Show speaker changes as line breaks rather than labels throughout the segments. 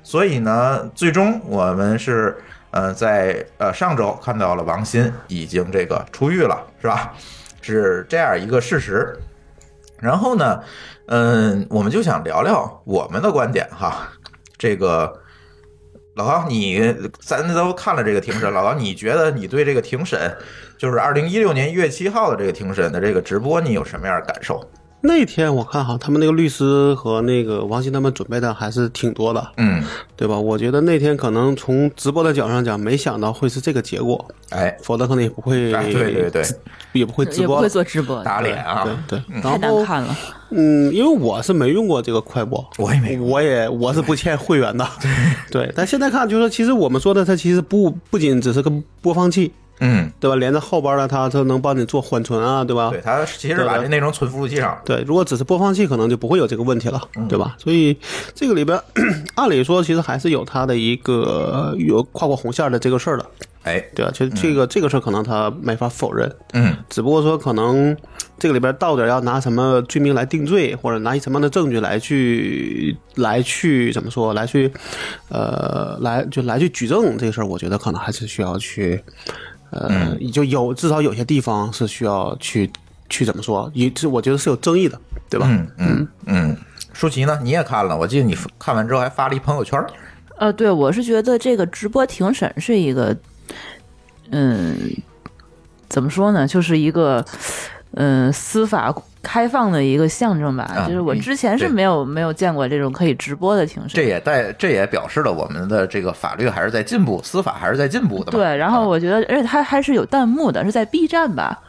所以呢，最终我们是，呃，在呃上周看到了王鑫已经这个出狱了，是吧？是这样一个事实。然后呢，嗯，我们就想聊聊我们的观点哈。这个老高，你咱都看了这个庭审，老高，你觉得你对这个庭审，就是二零一六年一月七号的这个庭审的这个直播，你有什么样的感受？
那天我看好他们那个律师和那个王鑫他们准备的还是挺多的，
嗯，
对吧？我觉得那天可能从直播的角上讲，没想到会是这个结果，
哎，
否则可能也不会，
哎对对对，
也不会
也
直
不
播
会
了，
做直播，
打脸啊！
对对。
太
然
难
后
看了。
嗯，因为我是没用过这个快播，
我也没
我也我是不欠会员 的，对。但现在看，就是其实我们说的，它其实不不仅只是个播放器，
嗯，
对吧？连着后边的它，它能帮你做缓存啊，对吧？
对他其实把这内容存服务器上，
对，如果只是播放器，可能就不会有这个问题了，对吧？所以这个里边，按理说其实还是有它的一个有跨过红线的这个事儿的，
哎，
对吧？其实这个、这个事儿可能他没法否认，
嗯
只不过说可能这个里边到底要拿什么罪名来定罪，或者拿什么样的证据来去来去怎么说来去，呃，来就来去举证这个事儿，我觉得可能还是需要去，呃，
嗯
就有至少有些地方是需要去去怎么说，也这我觉得是有争议的，对吧？
嗯嗯嗯。舒淇呢？你也看了？我记得你看完之后还发了一朋友圈儿。
呃，对，我是觉得这个直播庭审是一个，嗯，怎么说呢，就是一个，嗯，司法开放的一个象征吧。
啊
就是我
嗯
之前是
对
没有没有见过这种可以直播的庭审。
这也代这也表示了我们的这个法律还是在进步，司法还是在啊进步的嘛。
对，然后我觉得，而且它还是有弹幕的，是在 B 站吧？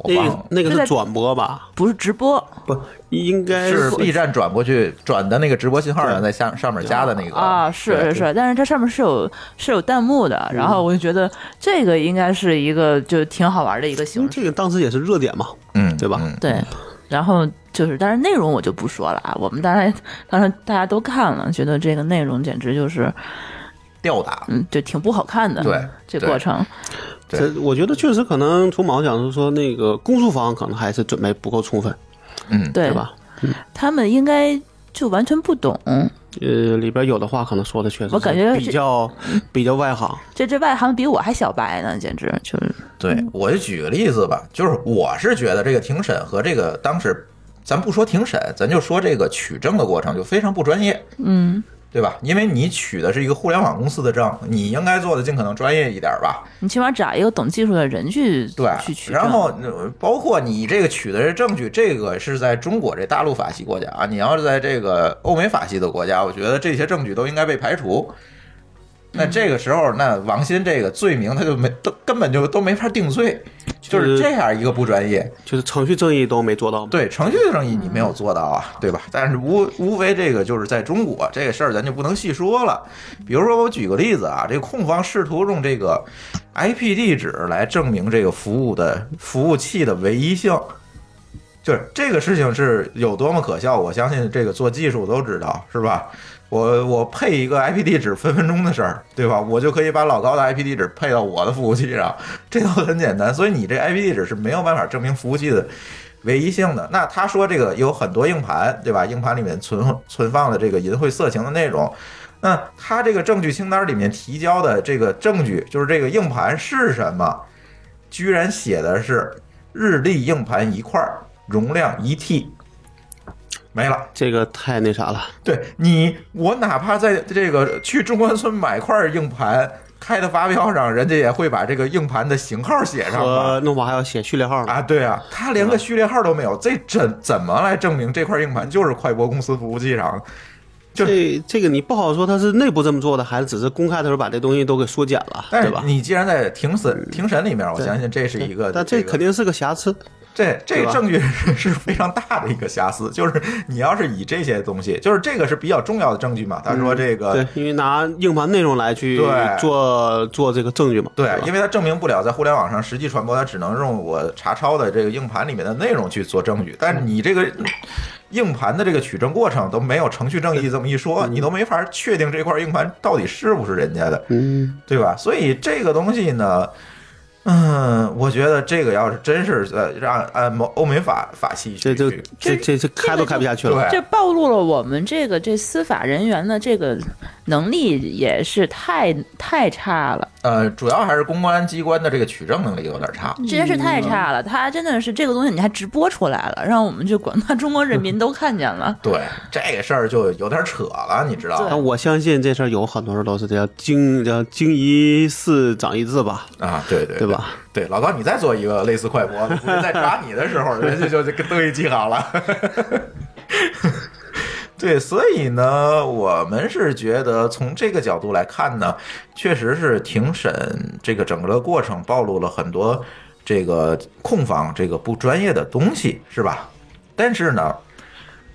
我
那
忘
个
了
那个
是
是
在
转播吧？
不是直播
不，应该
是 B 站转过去转的那个直播信号，然后在下上面加的那个
啊，是是是，但是它上面是有是有弹幕
嗯
的，然后我就觉得这个应该是一个就挺好玩的一个
因为
形式，
这个当时也是热点嘛，
嗯，
对吧
嗯
对。然后就是，但是内容我就不说了啊，我们当然当然大家都看了，觉得这个内容简直就是
吊打，
嗯，就挺不好看的，
对
这
对
过程，
对
这我觉得确实可能从某种角度说，那个公诉方可能还是准备不够充分，
嗯，
对
对吧？？
他们应该就完全不懂，
呃，里边有的话可能说的确实是
我感觉
比
这
较比较外行，
这这外行比我还小白呢，简直就是
对，我就举个例子吧，就是我是觉得这个庭审和这个当时，咱不说庭审，咱就说这个取证的过程就非常不专业，嗯，对吧？因为你取的是一个互联网公司的证，你应该做的尽可能专业一点吧，
你起码找一个懂技术的人去
对
去取，证。
然后呃包括你这个取的这证据，这个是在中国这大陆法系国家啊，你要是在这个欧美法系的国家，我觉得这些证据都应该被排除。那这个时候，那王鑫这个罪名他就没都根本就都没法定罪，就是这样一个不专业。
就是程序正义都没做到嘛。
对程序正义你没有做到啊，对吧？但是无无非这个就是在中国这个事儿，咱就不能细说了。比如说，我举个例子啊，这个控方试图用这个 IP 地址来证明这个服务的服务器的唯一性，就是这个事情是有多么可笑，我相信这个做技术都知道，是吧？我我配一个 IP 地址，分分钟的事儿，对吧？我就可以把老高的 IP 地址配到我的服务器上，这都很简单。所以你这 IP 地址是没有办法证明服务器的唯一性的。那他说这个有很多硬盘，对吧？硬盘里面存存放了这个淫秽色情的内容。那他这个证据清单里面提交的这个证据，就是这个硬盘是什么，居然写的是日历硬盘一块儿，容量一 T，没了。
这个太那啥了，
对你，我哪怕在这个去中关村买块硬盘，开的发票上，人家也会把这个硬盘的型号写上吧？
和弄完还要写序列号呢。
啊，对啊，他连个序列号都没有，这怎怎么来证明这块硬盘就是快播公司服务器上的？就
这这个你不好说他是内部这么做的，还是只是公开的时候把这东西都给缩减了，
但
对
是
吧？
你既然在庭审庭审里面，我
对
相信这是一个，
但这肯定是个瑕疵，
这这
对
个
吧
证据是是非常大的一个瑕疵，就是你要是以这些东西，就是这个是比较重要的证据嘛。他说嗯这个
对，因为拿硬盘内容来去
对
做做这个证据嘛，
对
吧，
因为它证明不了在互联网上实际传播，它只能用我查抄的这个硬盘里面的内容去做证据。但是你这个硬盘的这个取证过程都没有程序正义这么一说，
嗯
你都没法确定这块硬盘到底是不是人家的，
嗯，
对吧？所以这个东西呢。嗯，我觉得这个要是真是呃，让按某欧美法法系去
这就
去
这这这开都开不下去
对
了。
这暴露了我们这个这司法人员的这个能力也是太太差了，
呃，主要还是公安机关的这个取证能力有点差。
嗯
真是太差了。他真的是这个东西你还直播出来了，让我们去广大中国人民都看见 了。
对这个事儿就有点扯了，你知道
但我相信这事儿有很多人都是这样，经叫经一事长一智吧。
啊？对对
对吧？
对，老高，你再做一个类似快播，我估计在抓你的时候，人家就就跟东西记好了。 对，所以呢，我们是觉得从这个角度来看呢，确实是庭审这个整个的过程暴露了很多这个控方这个不专业的东西，是吧？但是呢，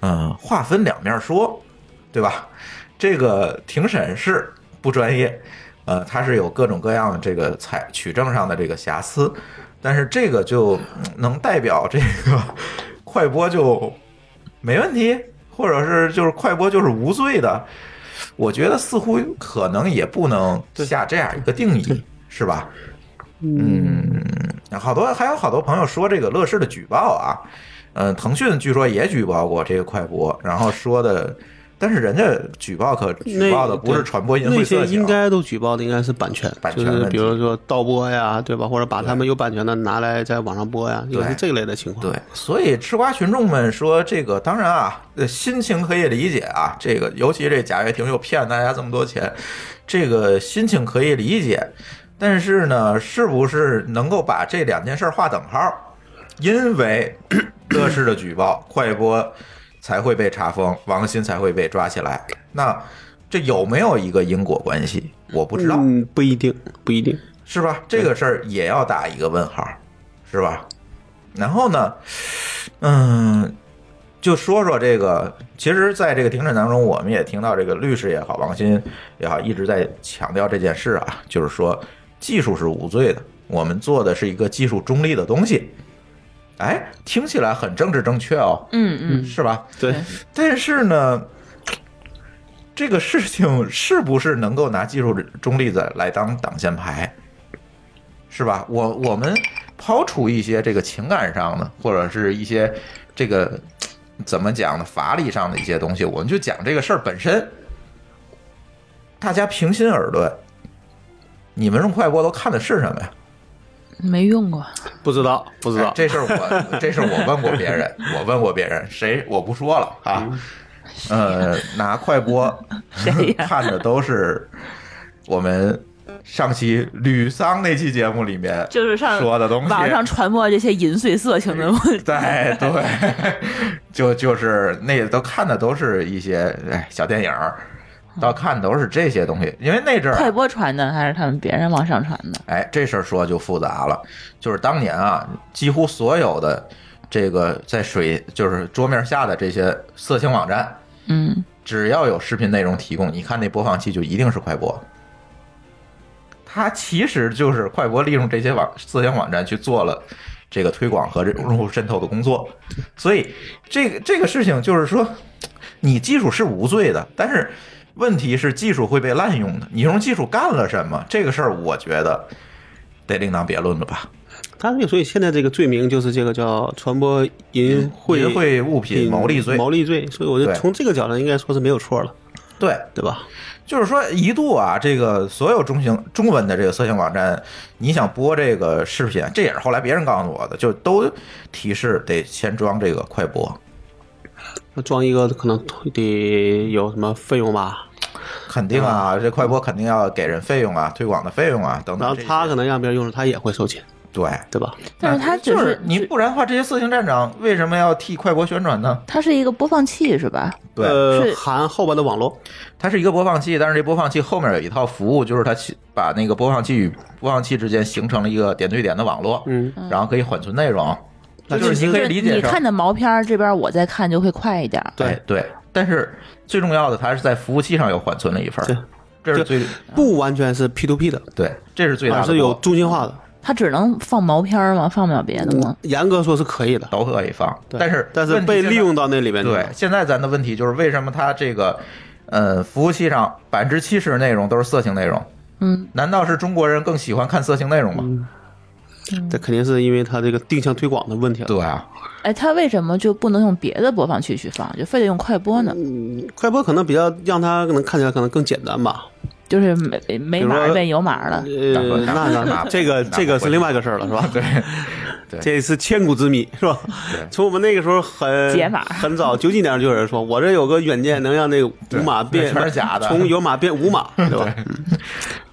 嗯、话分两面说，对吧？这个庭审是不专业，呃，它是有各种各样的这个采取证上的这个瑕疵，但是这个就嗯能代表这个快播就没问题，或者是就是快播就是无罪的，我觉得似乎可能也不能下这样一个定义，是吧？嗯，好多还有好多朋友说这个乐视的举报啊，嗯，腾讯据说也举报过这个快播，然后说的，但是人家举报可举报的不是传播淫
那
秽
些
色情啊
应，该都举报的应该是版权，
版权
就
问
是
题
比如说盗播呀，对吧？或者把他们有版权的拿来在网上播呀，
对
也是这类的情况。嗯
对，所以吃瓜群众们说这个，当然啊，呃心情可以理解啊。这个，尤其这贾跃亭又骗大家这么多钱，这个心情可以理解。但是呢，是不是能够把这两件事儿划等号？因为 乐视的举报，快播才会被查封，王鑫才会被抓起来。那这有没有一个因果关系？我不知道，
嗯，不一定，不一定。
是吧？这个事儿也要打一个问号，是吧？然后呢，嗯，就说说这个，其实在这个庭审当中，我们也听到这个律师也好，王鑫也好，一直在强调这件事啊，就是说技术是无罪的，我们做的是一个技术中立的东西。哎，听起来很政治正确哦，
嗯嗯，
是吧？
对，
但是呢，这个事情是不是能够拿技术中立的来当挡箭牌，是吧？我我们抛除一些这个情感上的，或者是一些这个怎么讲呢，法理上的一些东西，我们就讲这个事儿本身。大家平心而论，你们用快播都看的是什么呀？
嗯没用过，
不知道，不知
哎
道。
这事儿我这事儿我问过别人，我问过别人，谁我不说了啊。呃，拿快播
嗯谁 呀
看的都是我们上期吕桑那期节目里面
就是上
说的东西，
网上传播这些淫秽色情的，
对对， 就就是那都看的都是一些哎小电影儿，到看的都是这些东西，因为那阵儿啊
哦快播传的还是他们别人往上传的？
哎，这事儿说就复杂了，就是当年啊，几乎所有的这个在水就是桌面下的这些色情网站，
嗯，
只要有视频内容提供，你看那播放器就一定是快播。它其实就是快播利用这些网色情网站去做了这个推广和这种用户渗透的工作，所以这个这个事情就是说，你技术是无罪的，但是问题是技术会被滥用的。你用技术干了什么？这个事儿我觉得得另当别论了吧。
他那个所以现在这个罪名就是这个叫传播淫秽
淫秽物品牟利罪
牟利罪。所以我觉得
对
从这个角度应该说是没有错了，
对，
对吧？
就是说一度啊，这个所有中型中文的这个色情网站，你想播这个视频，这也是后来别人告诉我的，就都提示得先装这个快播，
那装一个可能得有什么费用吧？
嗯肯定啊，这快播肯定要给人费用啊，推广的费用啊等
嗯然
等
后
这些。
他可能让别人用，他也会收钱，
对，
对吧？
但是他只
就是是你不然的话，这些色情站长为什么要替快播宣传呢？
它是一个播放器是吧？
对，
呃
是，
含后边的网络，
它是一个播放器，但是这播放器后面有一套服务，就是它起把那个播放器与播放器之间形成了一个点对点的网络，
嗯，
然后可以缓存内容。
那
就是
其
你
实
可以理解
你
成
看的毛片儿这边我在看就会快一点儿。
对
哎对，但是最重要的，它是在服务器上又缓存了一份
对
儿，这是
对
最
不完全是 P to P 的，
对，这是最大
而
的
啊是
锅
有中心化的。
它只能放毛片儿吗？放不了别的吗？
严格说是可以的，
都可以放，
对
但是
但是
问题
被
现在
利用到那里边去
对
了，，
现在咱的问题就是为什么它这个呃服务器上百分之七十内容都是色情内容？
嗯，
嗯
难道是中国人更喜欢看色情内容吗？
嗯
这肯定是因为它这个定向推广的问题了。
对啊，
哎，他为什么就不能用别的播放器去放，就非得用快播呢？
快播可能比较让它可能看起来可能更简单吧。
就是没没
比如
码
说
儿呗，有码儿了。
呃，
那
那
那
那这个
那
这个是另外一个事儿了，是吧？对，这是千古之谜，是吧？从我们那个时候很
解码
很早，九几年就有人说，我这有个软件能让那个
对
五码变，
那全是假的
从有码变无码，对 吧？嗯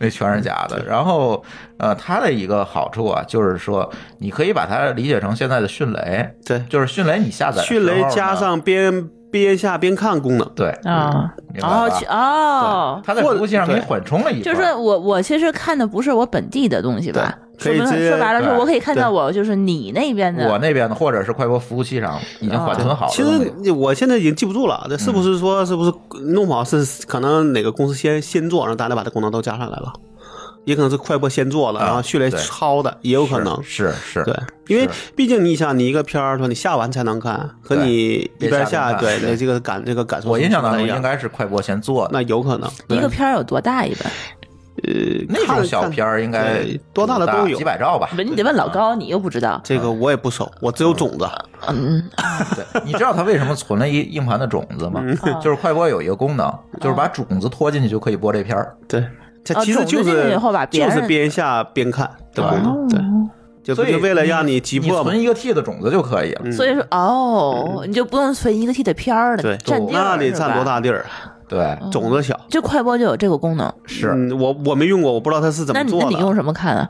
那全是假的。然后，呃，它的一个好处啊，就是说你可以把它理解成现在的迅雷，
对，
就是迅雷你下载的时候
迅
呢
雷加上边边下边看功能，
对，
啊，
明白吧
哦去哦，
它在服务器上给你缓冲了一
就是
块儿
说我我其实看的不是我本地的东西吧？
对可以
说白
直接
了说白了，
对
是我可以看到
对
我就是你那边
我
的。
那边的，或者是快播服务器上已经缓存好了
其
的东西。嗯
实你我现在已经记不住了，这是不是说是不是弄不好是可能哪个公司先先做，然后大家把这功能都加上来了，也可能是快播先做了，
啊
然后迅雷
对
抄的，也有可能。
是是，
对，因为
是
毕竟你想，你一个片儿说你下完才能看，和
对
你一边
边下
下，
边看
对，
对
那这个感这个感受，
我印象当中应
应该
该是快播先做的，
那有可能
一个片儿有多大一 般？
呃
那
看
种小
看
片儿应该
对多大的都有
几。百兆吧。
不是你得问老高，你又不知道。
这
嗯
个我也不熟，我只有种子。
嗯，
对，你知道它为什么存了一硬盘的种子吗？
嗯
就是快播有一个功能，就是把种子拖进去就可以播这片儿。
对，这
哦
其实
种子
就
进去
是
以后把别
就
人哦
是边下边看的功能，对，就
所以
就为了让你急
你
迫嘛嗯
存。一个 T 的种子就可以了。
所以说哦，你就不用存一个 T 的片儿
对
了，占地
那
儿
得
是
占多
吧？哦
大地儿？
对，
种子
嗯
小，
就快播就有这个功能，
是
嗯，我我没用过，我不知道它是怎
那
么
你那
做
你用
的。
什么看 啊？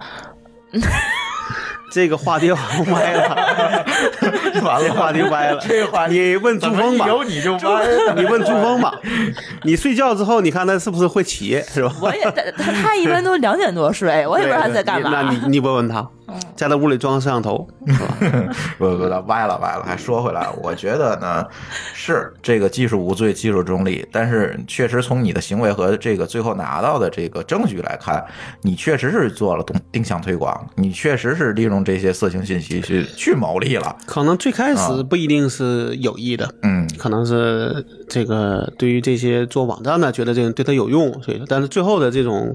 这个话题 好像歪 了，
完
这个话题歪了。
这话题
你问
怎
朱
么
峰
一
吧，
有你就 歪了。
你问朱峰吧，你睡觉之后，你看他是不是会起夜，是吧？
我也哎他他他一般都两点多睡，我也不知道他在干嘛。哦
那你你问问他，在他屋里装摄像头，
不不不，歪了歪了。还说回来，我觉得呢，是这个技术无罪，技术中立，但是确实从你的行为和这个最后拿到的这个证据来看，你确实是做了定定向推广，你确实是利用这些色情信息去去牟利了。
可能最开
啊
始不一定是有意的，
嗯，
可能是这个对于这些做网站的，觉得这种对他有用，所以说，但是最后的这种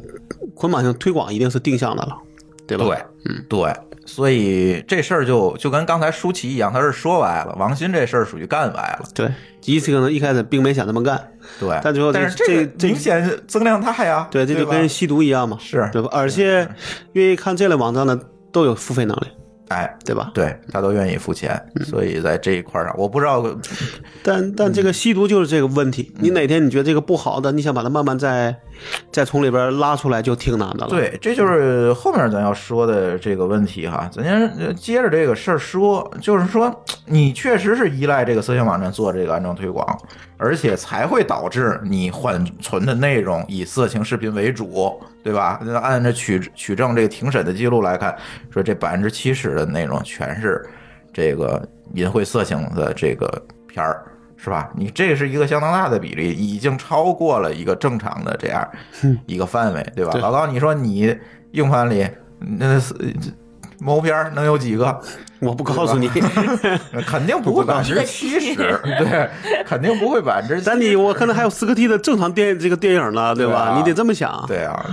捆绑性推广一定是定向的了，对吧？
对，嗯，对。所以这事儿就就跟刚才舒淇一样，他是说歪了，王鑫这事儿属于干歪了。
对一次可能一开始并没想这么干，
对，
但最后这
哎但是这个
这
明显增量大呀。
对，这就
吧
跟吸毒一样嘛，
是
对吧？而且愿意看这类网站的都有付费能力，
哎，
对吧？嗯
对，他都愿意付钱，所以在这一块儿上，我不知道
但但
嗯
这个吸毒就是这个问题，你哪天你觉得这个不好的，你想把它慢慢再再从里边拉出来，就挺难的了。，
对，这就是后面咱要说的这个问题哈。咱先呃接着这个事儿说，就是说你确实是依赖这个色情网站做这个安装推广，而且才会导致你缓存的内容以色情视频为主，对吧？那按照取取证这个庭审的记录来看，说这百分之七十的内容全是这个淫秽色情的这个片儿。是吧？你这是一个相当大的比例，已经超过了一个正常的这样一个范围，对吧？
对
老高，你说你硬盘里那是毛片儿能有几 个？
我不告诉你，
肯定不会百分之七十，对，肯定不会百分之。
但你我可能还有十个 T 的正常电这个电影呢，对
对
吧？
啊
你得这么想。
对啊，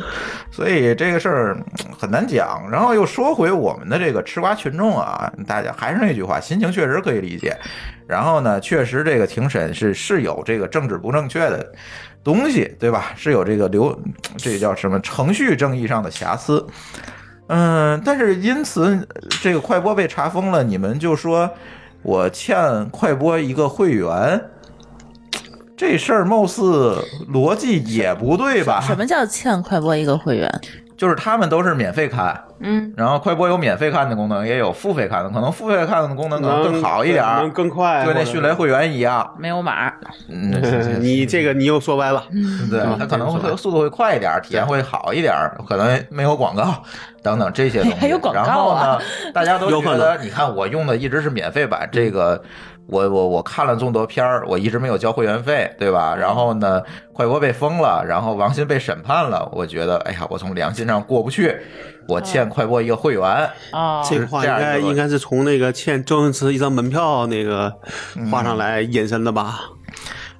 所以这个事儿嗯很难讲。然后又说回我们的这个吃瓜群众啊，大家还是那句话，心情确实可以理解。然后呢，确实这个庭审是是有这个政治不正确的东西，对吧？是有这个流，这叫什么程序正义上的瑕疵。嗯，但是因此这个快播被查封了，你们就说我欠快播一个会员。这事儿貌似逻辑也不对吧？
什么叫欠快播一个会员？
就是他们都是免费看，
嗯，
然后快播有免费看的功能，也有付费看的，可能付费看的功能可能更好一点儿，
嗯能更快，
就跟那迅雷会员一样，
没有码。
嗯，
你这个你又说歪了，
对，它可能会速度会快一点儿，体验会好一点儿，可能没有广告等等这些东西。
还有广告啊
然后呢，大 家都
有
觉
可
得，
能
你看我用的一直是免费版，这个我我我看了这么多片儿，我一直没有交会员费，对
嗯
吧？然后呢，快播被封了，然后王鑫被审判了，我觉得，哎呀，我从良心上过不去，我欠快播一个会员。
哦，
这个话应
这样
该
一个
应该是从那个欠周星驰一张门票那个
嗯
画上来引申的吧？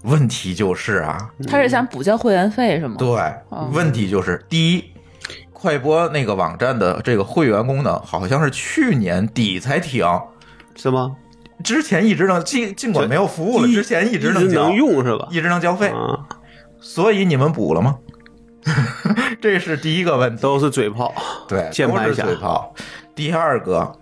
问题就是啊，
嗯
他是想补交会员费是吗？
对，问题就是第一，快播那个网站的这个会员功能，好像是去年底才停，
是吗？
之前一直能尽尽管没有服务了，
一
之前一直
一
能
直
交
能，用是吧？
一直能交费，
啊，
所以你们补了吗？ 这是第一个问 题，
都是嘴炮，
对，
键
都
盘
是
侠
嘴炮。第二个，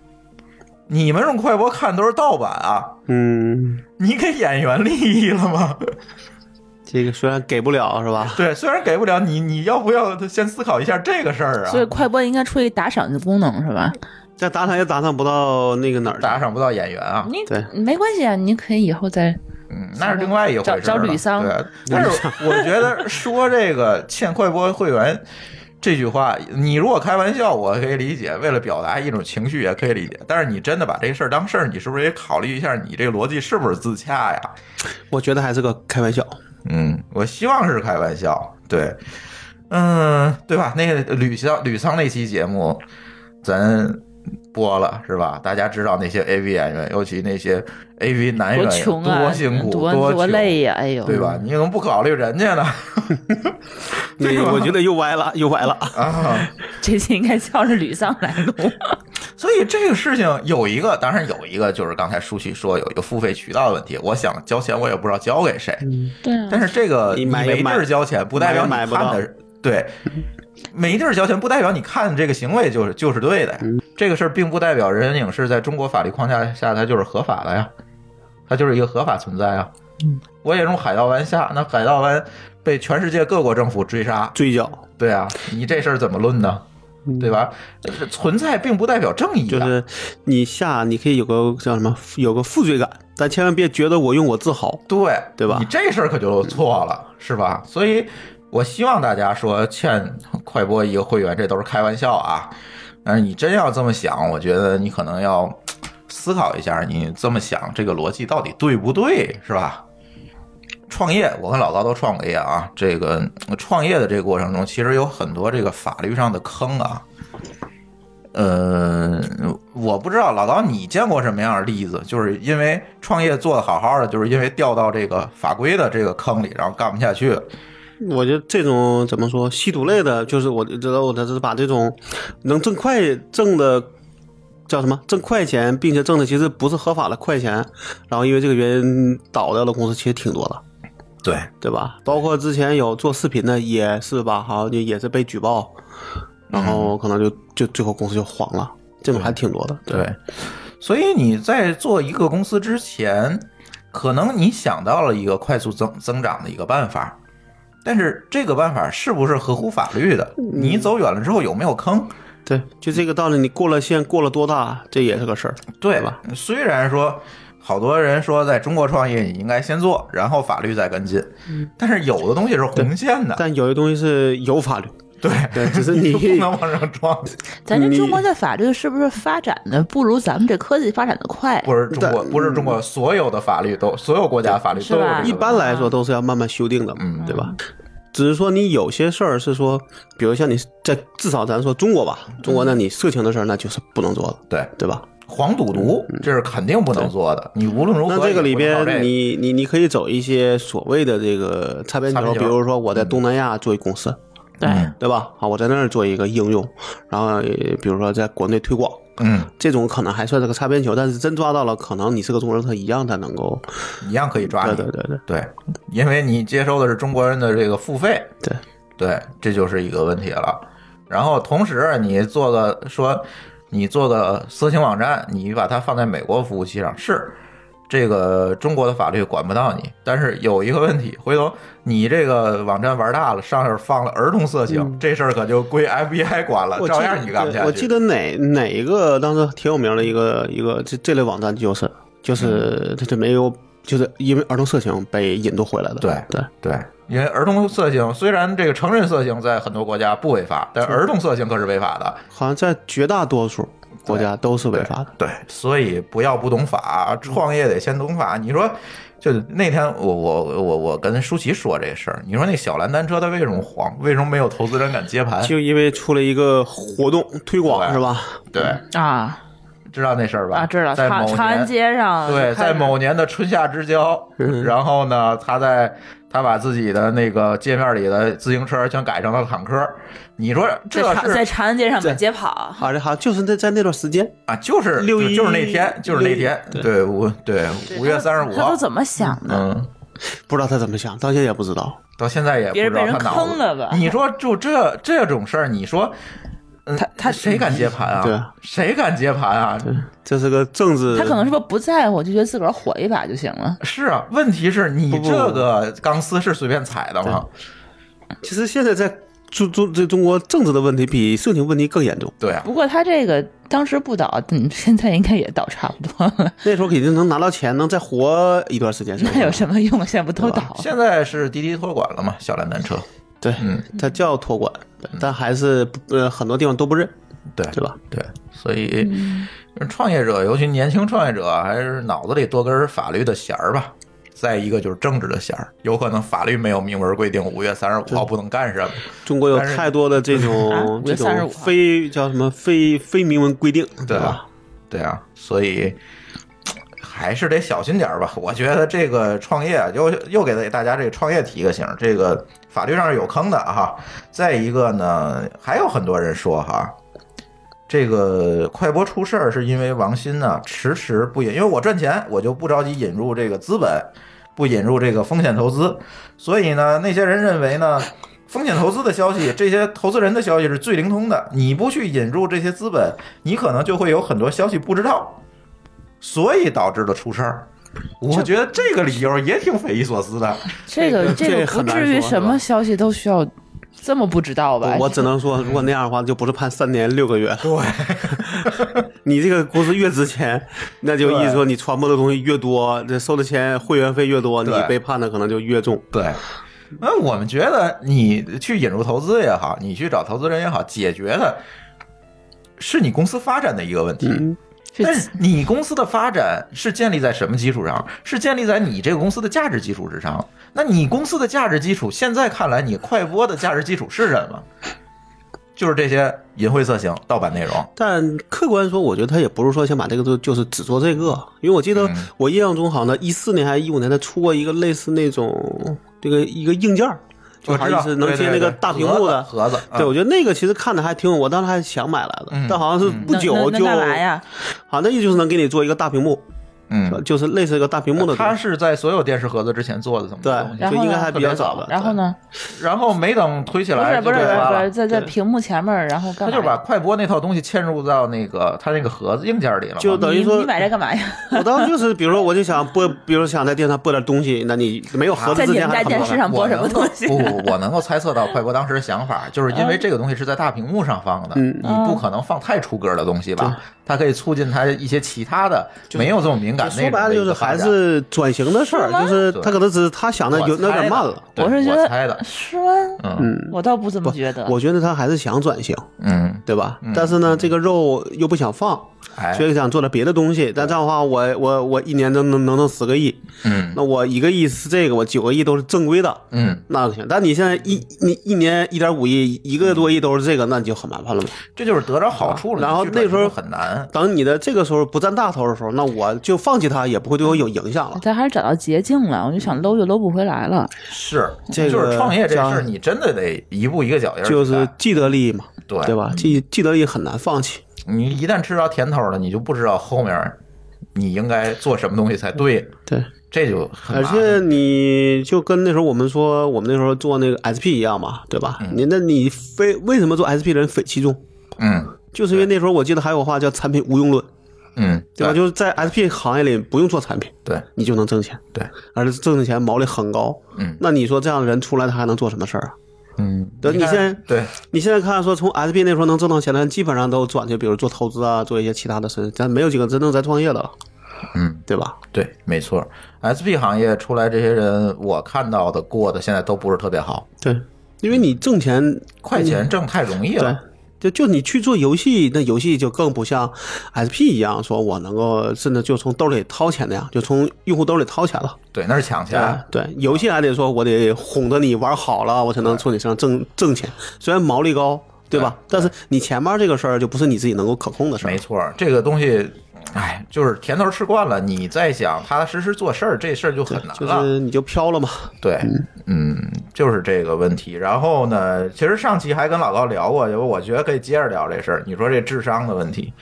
你们用快播看都是盗版啊，
嗯，
你给演员利益了吗？
这个虽然给不了是吧？
对，虽然给不了你，你要不要先思考一下这个事儿啊？
所以快播应该出一打赏的功能是吧？
这打赏也打赏不到那个哪儿去，
打赏不到演员啊，
你
对
嗯没关系啊，你可以以后再
嗯，那是另外一回事儿了
找找吕桑
对，但是我觉得说这个欠快播会员这句话，你如果开玩笑，我可以理解，为了表达一种情绪也可以理解。但是你真的把这事儿当事儿，你是不是也考虑一下，你这个逻辑是不是自洽呀？
我觉得还是个开玩笑。
嗯，我希望是开玩笑，对，嗯，对吧？那个吕桑吕桑那期节目，咱播了是吧？大家知道那些 AV 演员，尤其那些 AV 男演
多
员
穷啊，
多辛苦，
多
多穷
累呀、哎呦，
对吧？你怎么不考虑人 家呢？
那个我觉得又歪了，又歪了。
啊，
这次应该叫着吕桑来录。
所以这个事情有一个，当然有一个就是刚才舒淇说有一个付费渠道的问题，我想交钱我也不知道交给谁，
对啊，
但是这个
你买也
没地儿
买
交钱，不代表你
买也买不
看
到
的 对。没地儿交钱，不代表你看这个行为就是就是对的呀。
嗯
这个事儿并不代表人人影视在中国法律框架下它就是合法的呀，它就是一个合法存在啊。我也用海盗湾下，那海盗湾被全世界各国政府追杀，
追 缴
对啊，你这事儿怎么论呢？
嗯
对吧？呃存在并不代表正义、啊，
就是你下，你可以有个叫什么，有个负罪感，但千万别觉得我用我自豪。
对
对吧
你这事儿可就错了，是吧？所以我希望大家说欠快播一个会员，这都是开玩笑啊。但是你真要这么想，我觉得你可能要嘖思考一下，你这么想这个逻辑到底对不对，是吧？创业，我跟老高都创过业啊。这个嗯创业的这个过程中，其实有很多这个法律上的坑啊。呃，我不知道老高你见过什么样的例子，就是因为创业做的好好的，就是因为掉到这个法规的这个坑里，然后干不下去。
我觉得这种怎么说，吸毒类的，就是我知道，我这是把这种能挣快挣的叫什么挣快钱，并且挣的其实不是合法的快钱，然后因为这个原因倒掉的公司其实挺多的，
对，
对吧？包括之前有做视频的也是吧，好像就也是被举报，然后可能就就最后公司就黄了，这种还挺多的。
对，所以你在做一个公司之前，可能你想到了一个快速增增长的一个办法，但是这个办法是不是合乎法律的？你走远了之后有没有坑？
对，就这个道理，你过了线过了多大，这也是个事儿。
对
对吧？
嗯虽然说好多人说在中国创业你应该先做，然后法律再跟进，
嗯
但是有的东西是红线的，
但有些东西是有法律，
对，
对， 只是
你
你
就不能往上撞。
咱这中国的法律是不是发展的不如咱们这科技发展的快？啊
不是中国，
但嗯
不是中国，所有的法律都，所有国家法律都有
是吧
这个
一般来说都是要慢慢修订的嘛，
嗯
对吧？只是说你有些事儿是说，比如像你在至少咱说中国吧，中国那
嗯
你色情的事儿那就是不能做的，
对
对吧？
黄赌毒，这是肯定不能做的。你无论如何，
嗯那这个里
也不能搞
边
这个
你你你可以走一些所谓的这个擦边
擦边
球，
球
比如说我在东南亚做一公司，
对，
嗯
对吧？啊，我在那儿做一个应用，然后呃比如说在国内推广，
嗯，
这种可能还算是个擦边球，但是真抓到了，可能你是个中国人，他一样他能够，
一样可以抓
对
你。
对对对
对因为你接收的是中国人的这个付费，
对
对，这就是一个问题了。然后同时你做个说，你做个色情网站，你把它放在美国服务器上是。这个中国的法律管不到你，但是有一个问题，回头你这个网站玩大了，上面放了儿童色情，这事儿可就归 FBI 管了，
嗯我记
照
得
样你干不下去。
对我记得哪哪一个当时挺有名的一个一个这这类网站就是
嗯
就是它就没有就是因为儿童色情被引渡回来的。
对
对，
对，因为儿童色情虽然这个成人色情在很多国家不违法，但儿童色情可是违法的。
好像在绝大多数国家都是违法的。
对，所以不要不懂法，创业得先懂法。你说，就那天我我我我跟舒淇说这事儿，你说那小蓝单车它为什么黄？为什么没有投资人敢接盘？
就因为出了一个活动推广
哎对
是吧？
对，
啊
知道那事儿吧？
啊，知道，
在
长
某
长安
年。
街上啊嗯
对，在某年的春夏之交，然后呢，他在他把自己的那个界面里的自行车全改成了坦克。你说这
在长在
是
长安街上
这
满街跑，
好的，好，就是在在那段时间，
啊？就是
六一
就是那天，就是那天，
六一
对五对五月三十五
他
号
都，怎么想的？
嗯，
不知道他怎么想，到现在也不知道。
到现在也不
别
知
人
道
被人
他脑子
坑了吧
你说就这这种事儿，你说，嗯，他他谁敢接盘啊？
对，
谁敢接盘啊？
这是个政治，
他可能是不是不在乎，就觉得自个儿火一把就行了。
是啊，问题是你
不不
这个钢丝是随便踩的吗？
其实现在在中中这中国政治的问题比色情问题更严重。
对啊，
不过他这个当时不倒，嗯，现在应该也倒差不多了，
那时候肯定能拿到钱，能再活一段时间。是吧
那有什么用啊？现在不都倒了？
现在是滴滴托管了嘛，小蓝单车，
对，它叫托管，对但还是不呃很多地方都不认，
对
对吧？
对，所以
嗯
创业者，尤其年轻创业者，还是脑子里多根法律的弦儿吧。再一个就是政治的弦儿，有可能法律没有明文规定五月三十五号不能干什么，
中国有
但是
太多的这
啊
种
5
这
月35
种
号
非叫什么非非明文规定，
对
吧？？
对啊，所以还是得小心点儿吧。我觉得这个创业啊又又给大家这个创业提个醒儿，这个法律上是有坑的啊哈。再一个呢，还有很多人说哈。这个快播出事儿是因为王鑫呢迟迟不引，因为我赚钱，我就不着急引入这个资本，不引入这个风险投资，所以呢，那些人认为呢，风险投资的消息，这些投资人的消息是最灵通的。你不去引入这些资本，你可能就会有很多消息不知道，所以导致了出事儿。我觉得这个理由也挺匪夷所思的。
这
个
个
这个
这个不
很难
至于
说
什么消息都需要这么不知道吧？
我只能说，如果那样的话，就不是判三年六个月了。对， 你这个公司越值钱，那就意思说你传播的东西越多，这收的钱会员费越多，你
对
被判的可能就越重。
对，那我们觉得你去引入投资也好，你去找投资人也好，解决的是你公司发展的一个问题。
嗯
是
但是你公司的发展是建立在什么基础上？是建立在你这个公司的价值基础之上。那你公司的价值基础，现在看来，你快播的价值基础是什么？就是这些淫秽色情、盗版内容。
但客观说，我觉得他也不是说想把这个就就是只做这个，因为我记得
嗯
我印象中好像一四年还是一五年，他出过一个类似那种这个一个硬件儿，就
我
好
知
像
道
是能
对
接
对
那个
对
大屏幕的。
盒子，盒子
对，
嗯
我觉得那个其实看的还挺有，我当时还想买来的，
嗯
但好像是
嗯
不久
那那
就，
那干嘛呀？
好，那意思就是能给你做一个大屏幕，
嗯，
就是类似一个大屏幕的
它
东西。
是在所有电视盒子之前做的这么个东西，
对，
然
就
后
应该
呢
还比较早的。
然后呢？
然后没等推起
不
来
是
就
不
被
是
抓
不
了
是，。在在
呃对
屏幕前面儿，然后干
他就
嘛呀？
是把快播那套东西嵌入到那个他那个盒子硬件里了嘛，
就等于
你
说
你买这干嘛呀？
对我当时就是，比如说我就想播，比如想在电视上播点东西，那你没有盒子
在
之
你
前
们
还
家
很
电
麻
视
烦。
上播什么 东西？
我能够不，我能够猜测到快播当时的想法，就是因为
嗯
这个东西是在大屏幕上放的，你不可能放太出格的东西吧？它可以促进它一些其他的没有这么敏感
就
内
说
容
白
的
了
一
就是
个发
还
展。
是转型的事儿，就是他可能只是他想的有那有点慢了。
对
我是觉
我猜的
得，是吗？
嗯
我倒不这么觉得。
我觉得他还是想转型，
啊嗯，
对吧？但是呢，这个肉又不想放，
哎
所，以想做点别的东西。但这样的话，我我我一年能能能挣十个亿，
嗯
那我一个亿是这个，我九个亿都是正规的，
嗯，
那不行。但你现在一你一年一点五亿，一个多亿都是这个，那你就很麻烦了嘛。
这就是得着好处了。
然后
你去转
那时候
型很难，
等你的这个时候不占大头的时候，那我就放弃它，也不会对我有影响了。
咱还是找到捷径了，我就想搂就搂不回来了。
是
这个
就是创业这事
叫
儿，你真的得一步一个脚印儿去干，
就是既得利益嘛，
嗯对
对？吧？既既得利益很难放弃。
你一旦吃到甜头了，你就不知道后面你应该做什么东西才对，
对，
这就很
而
麻
且
烦。
你就跟那时候我们说，我们那时候做那个 SP 一样嘛，对吧？你那你非为什么做 SP 的人匪气重，
嗯
就是因为那时候我记得还有个话叫“产品无用论”，
嗯，
对吧？就是在 SP 行业里不用做产品，
对
你就能挣钱，
对，
而且挣的钱毛利很高。
嗯
那你说这样的人出来，他还能做什么事儿啊？
嗯，
对你
看
现在
对
你现在看说，从 SP 那时候能挣到钱的人，基本上都转去，比如做投资啊，做一些其他的事，咱没有几个真正在创业的了，
嗯，
对吧？
对，没错。SP 行业出来这些人，我看到的过的现在都不是特别好，
对，因为你挣钱
快钱
嗯
挣太容易
对
了。，
就就你去做游戏，那游戏就更不像 SP 一样，说我能够甚至就从兜里掏钱那样，就从用户兜里掏钱了。哎
对，那是抢钱。
对，游戏还得说我得哄着你玩好了，我才能从你身上挣挣钱，虽然毛利高。对吧？但是你前面这个事儿就不是你自己能够可控的事儿
没。错，这个东西哎，就是甜头吃惯了，你再想踏踏实实做事儿，这事儿就很难
就
了。
是你就飘了嘛。
对，嗯，就是这个问题。然后呢，其实上期还跟老高聊过，我觉得可以接着聊这事儿。你说这智商的问题，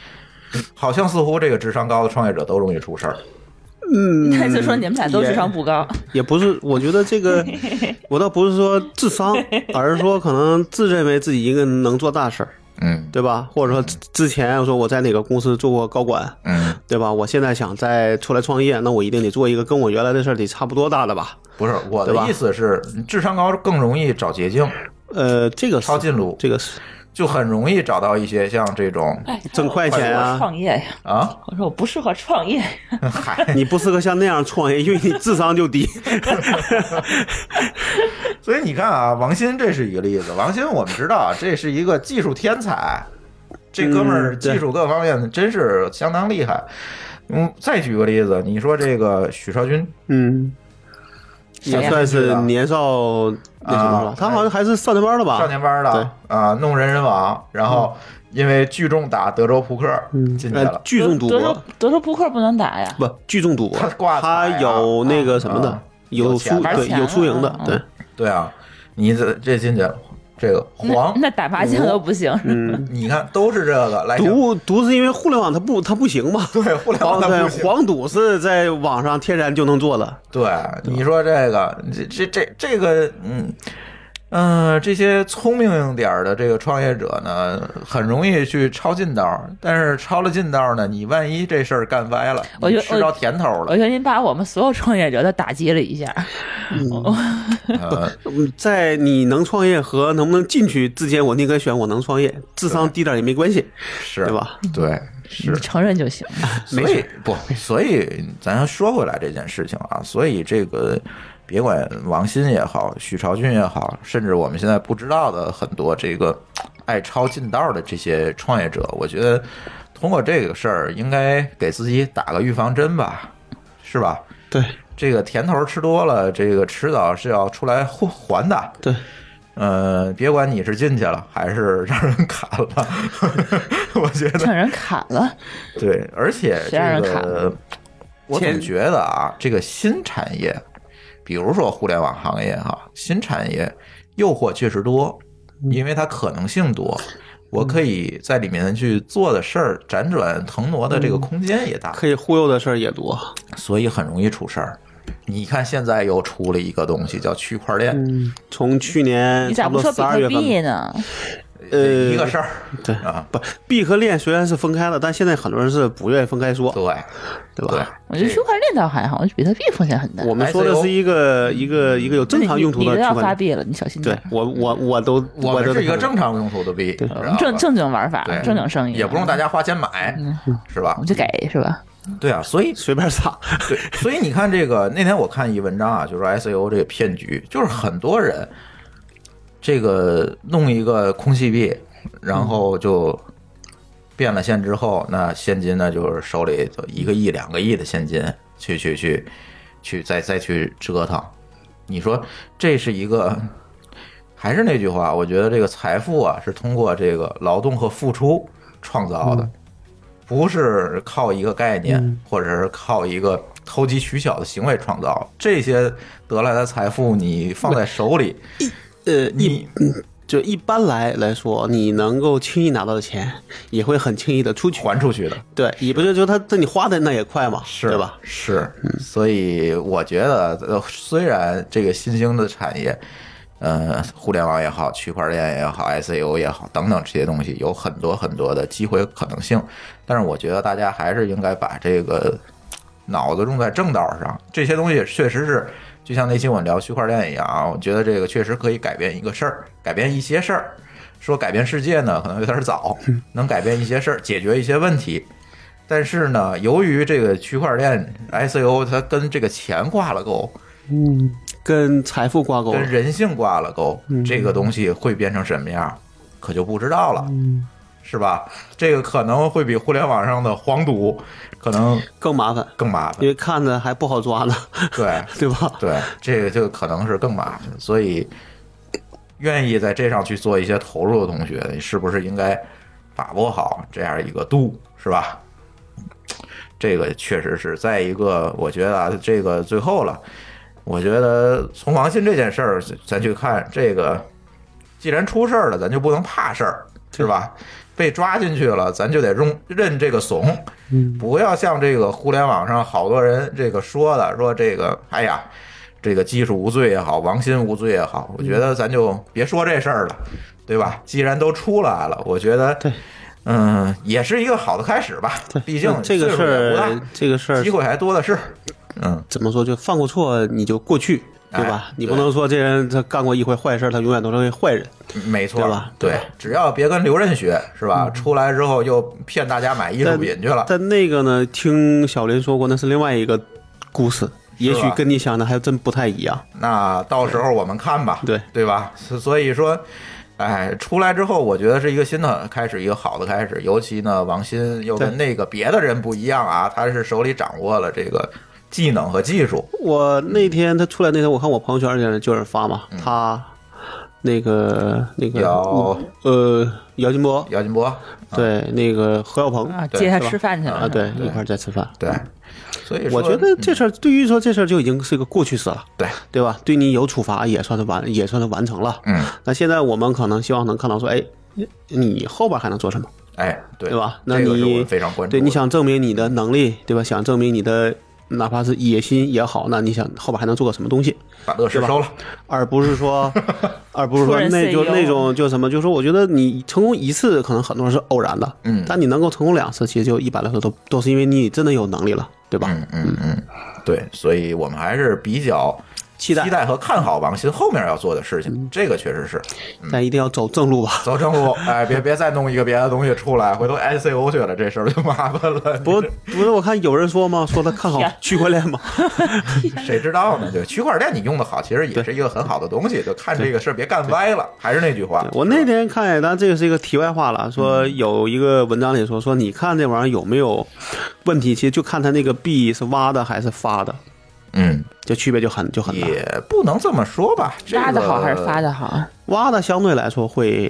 好像似乎这个智商高的创业者都容易出事儿。
那就说你们俩都智商不高，
嗯也不是，我觉得 这个，我倒不是说智商，而是说可能自认为自己一个人能做大事儿，
嗯
对吧？或者说之之前我说我在哪个公司做过高管，
嗯，
对吧？我现在想再出来创业，那我一定得做一个跟我原来的事儿得差不多大的吧？
不是我的
对吧
意思是，智商高更容易找捷径、
呃，这个是
抄近路，
这个是
就很容易找到一些像这种
哎，
挣快钱
我
啊！
创业呀，
啊，
我说我不适合创业，
嗨，
你不适合像那样创业，因为你智商 就低。
所以你看啊，王鑫这是一个例子。王鑫我们知道 啊，这是一个技术天才，这哥们儿
嗯对
技术各方面真是相当厉害。嗯，再举个例子，你说这个许绍军
嗯，
谁
也
呀
算是年少那
哎
什么
啊
了。他好像还是少年班的吧？
少年班的啊，弄人人网，然后因为聚众打德州扑克进去
呃
了，，
聚众赌
德州
博
德州扑克不能打呀，
不聚众赌博
他，挂彩啊
他有那个什么
啊
的，
有
有
钱
输
玩
对
钱
有输赢
了
的
啊，
对，
对啊，你这这进去了，这个
那
黄，
那打麻将都不行，
嗯，
你看都是这个来讲
毒毒是因为互联网它不它不行嘛，
对互联网
黄
它不
对
行
黄赌是在网上天然就能做的，
对，你说这个，这这这这个，嗯。嗯、这些聪明点儿的这个创业者呢，很容易去抄近道儿，但是抄了近道儿呢，你万一这事儿干歪了，
我觉
你
得
吃着甜头
我
了。
觉得您把我们所有创业者都打击了一下，
呃
嗯在你能创业和能不能进去之间，我宁可选我能创业，智商低点也没关系，
是，
对？吧？
对，
你
是。
承认就行。
所以不，所以咱说回来这件事情啊，所以这个别管王鑫也好，许朝俊也好，甚至我们现在不知道的很多这个爱抄近道的这些创业者，我觉得通过这个事儿，应该给自己打个预防针吧，是吧？
对
这个甜头吃多了，这个迟早是要出来还还的。
对，
呃，别管你是进去了还是让人砍了， 我觉得
让人砍了，
对，而且这
谁让人砍
个
了，
我总
前
觉得啊，这个新产业，比如说互联网行业哈、新产业诱惑确实多，因为它可能性多，我可以在里面去做的事儿，辗转腾挪的这
嗯
个空间也大，
可以忽悠的事儿也多，
所以很容易出事儿。你看，现在又出了一个东西叫区块链，
嗯，从去年
你
差
咋
不
不
多
说比
十二月
特
份吧。
币呢？
一个事儿，
对
呃
啊，
不，币和链虽然是分开了，但现在很多人是不愿意分开说，
对
对
对
吧？，
我觉得区块链倒还好，我觉得比特币风险很大。
我们说的
ICO
是一个一个一个有正常用途
你
的
你都要
区块
发
链。
币了，你小心点
对。我我我都
我
都
们是一个
看到
正常用途的币，知道吧
正正经玩法
对，
正经生意啊嗯
也不用大，家花钱买，是吧
我？就给
嗯
是吧？
对啊，所以
随便撒，
对， 所以你看这个那天我看一文章啊，就说 S A O 这个骗局，就是很多人这个弄一个空气币，然后就变了现之后，那现金呢就是手里就一个亿、两个亿的现金，去去去去再再去折腾。你说这是一个？还是那句话，我觉得这个财富啊是通过这个劳动和付出创造的。不是靠一个概念，或者是靠一个投机取巧的行为创造这些得来的财富，你放在手里，
呃，一
你
就一般来来说，你能够轻易拿到的钱，也会很轻易的出去。
还出去的，
对，也不是说他这你花的那也快嘛，
是
对吧？？
是，嗯所以我觉得，呃虽然这个新兴的产业，呃，互联网也好，区块链也好，ICO 也好，等等这些东西，有很多很多的机会和可能性，但是我觉得大家还是应该把这个脑子用在正道上。这些东西确实是，就像那期我们聊区块链一样啊，我觉得这个确实可以改变一个事儿，改变一些事儿。说改变世界呢，可能有点早，能改变一些事儿，解决一些问题。但是呢，由于这个区块链 ICO 它跟这个钱挂了钩，
跟财富挂钩
跟人性挂了钩，这个东西会变成什么样，可就不知道了，是吧？这个可能会比互联网上的黄赌可能
更麻烦，
更麻
因
烦，
为看着还不好抓呢，
对。
对吧？
对，这个就可能是更麻烦，所以愿意在这上去做一些投入的同学，你是不是应该把握好这样一个度，是吧？这个确实是再一个，我觉得啊，这个最后了，我觉得从王鑫这件事儿，咱去看这个，既然出事儿了，咱就不能怕事儿，是吧？被抓进去了，咱就得认认这个怂，
嗯
不要像这个互联网上好多人这个说的，说这个，哎呀，这个技术无罪也好，王鑫无罪也
嗯
好，我觉得咱就别说这事儿了，对吧？既然都出来了，我觉得
对。
嗯，也是一个好的开始吧。毕竟
这个
岁
事
数也不大
儿，这个事儿
机会还多的是。嗯，
怎么说，就犯过错你就过去，对吧？
哎
你
对
不能说这人他干过一回坏事，他永远都是个坏人。
没错，
对吧嗯
对，只要别跟刘任学，是吧？出来之后又骗大家买艺术
但
品去了。
但那个呢，听小林说过，那是另外一个故事，也许跟你想的还真不太一样。
那到时候我们看吧，
对
对吧？所所以说，哎，出来之后，我觉得是一个新的开始，一个好的开始。尤其呢，王鑫又跟
对
那个别的人不一样啊，他是手里掌握了这个技能和技术。
我那天他出来那天，我看我朋友圈里人就有人发嘛，他那个那个
嗯姚啊
呃姚金波，
姚金波，
对那个何小鹏
啊，
对
接他
是吧
吃饭去了
啊，对一块儿在吃饭。
对，所以说嗯
我觉得这事儿对于说这事儿就已经是个过去式了，
对
对吧？对你有处罚也算是完，也算是完成了。
嗯，
那现在我们可能希望能看到说，哎，你后边还能做什么？
哎，对
对吧？那
这个是我
你
们非常关注的。
对，你想证明你的能力，对吧？想证明你的哪怕是野心也好，那你想后边还能做个什么东西？
把乐视收了，
而不是说，而不是
突
说
然
那就
CEO
那种就什么，就是说我觉得你成功一次，可能很多人是偶然的，
嗯
但你能够成功两次，其实就一般来说都都是因为你真的有能力了，对吧？
嗯嗯嗯，对，所以我们还是比较
期待，嗯
和看好王鑫后面要做的事情，这个确实是
但一定要走正路 吧。
走正路，哎，别别再弄一个别的东西出来，回头 ICO 去了，这事儿就麻烦了。
不，不是，我看有人说嘛，说他看好区块 链嘛，
谁知道呢？对，区块链你用的好，其实也是一个很好的东西，就看这个事儿别干歪了。还是那句话，
我那天看，当然这个是一个题外话了，说
嗯
有一个文章里说说你看这玩意儿有没有问题，其实就看它那个币是挖的还是发的，
嗯，
这区别就很就很大。
也不能这么说吧，这
拉的好还是发
的？
的好？
挖的相对来说会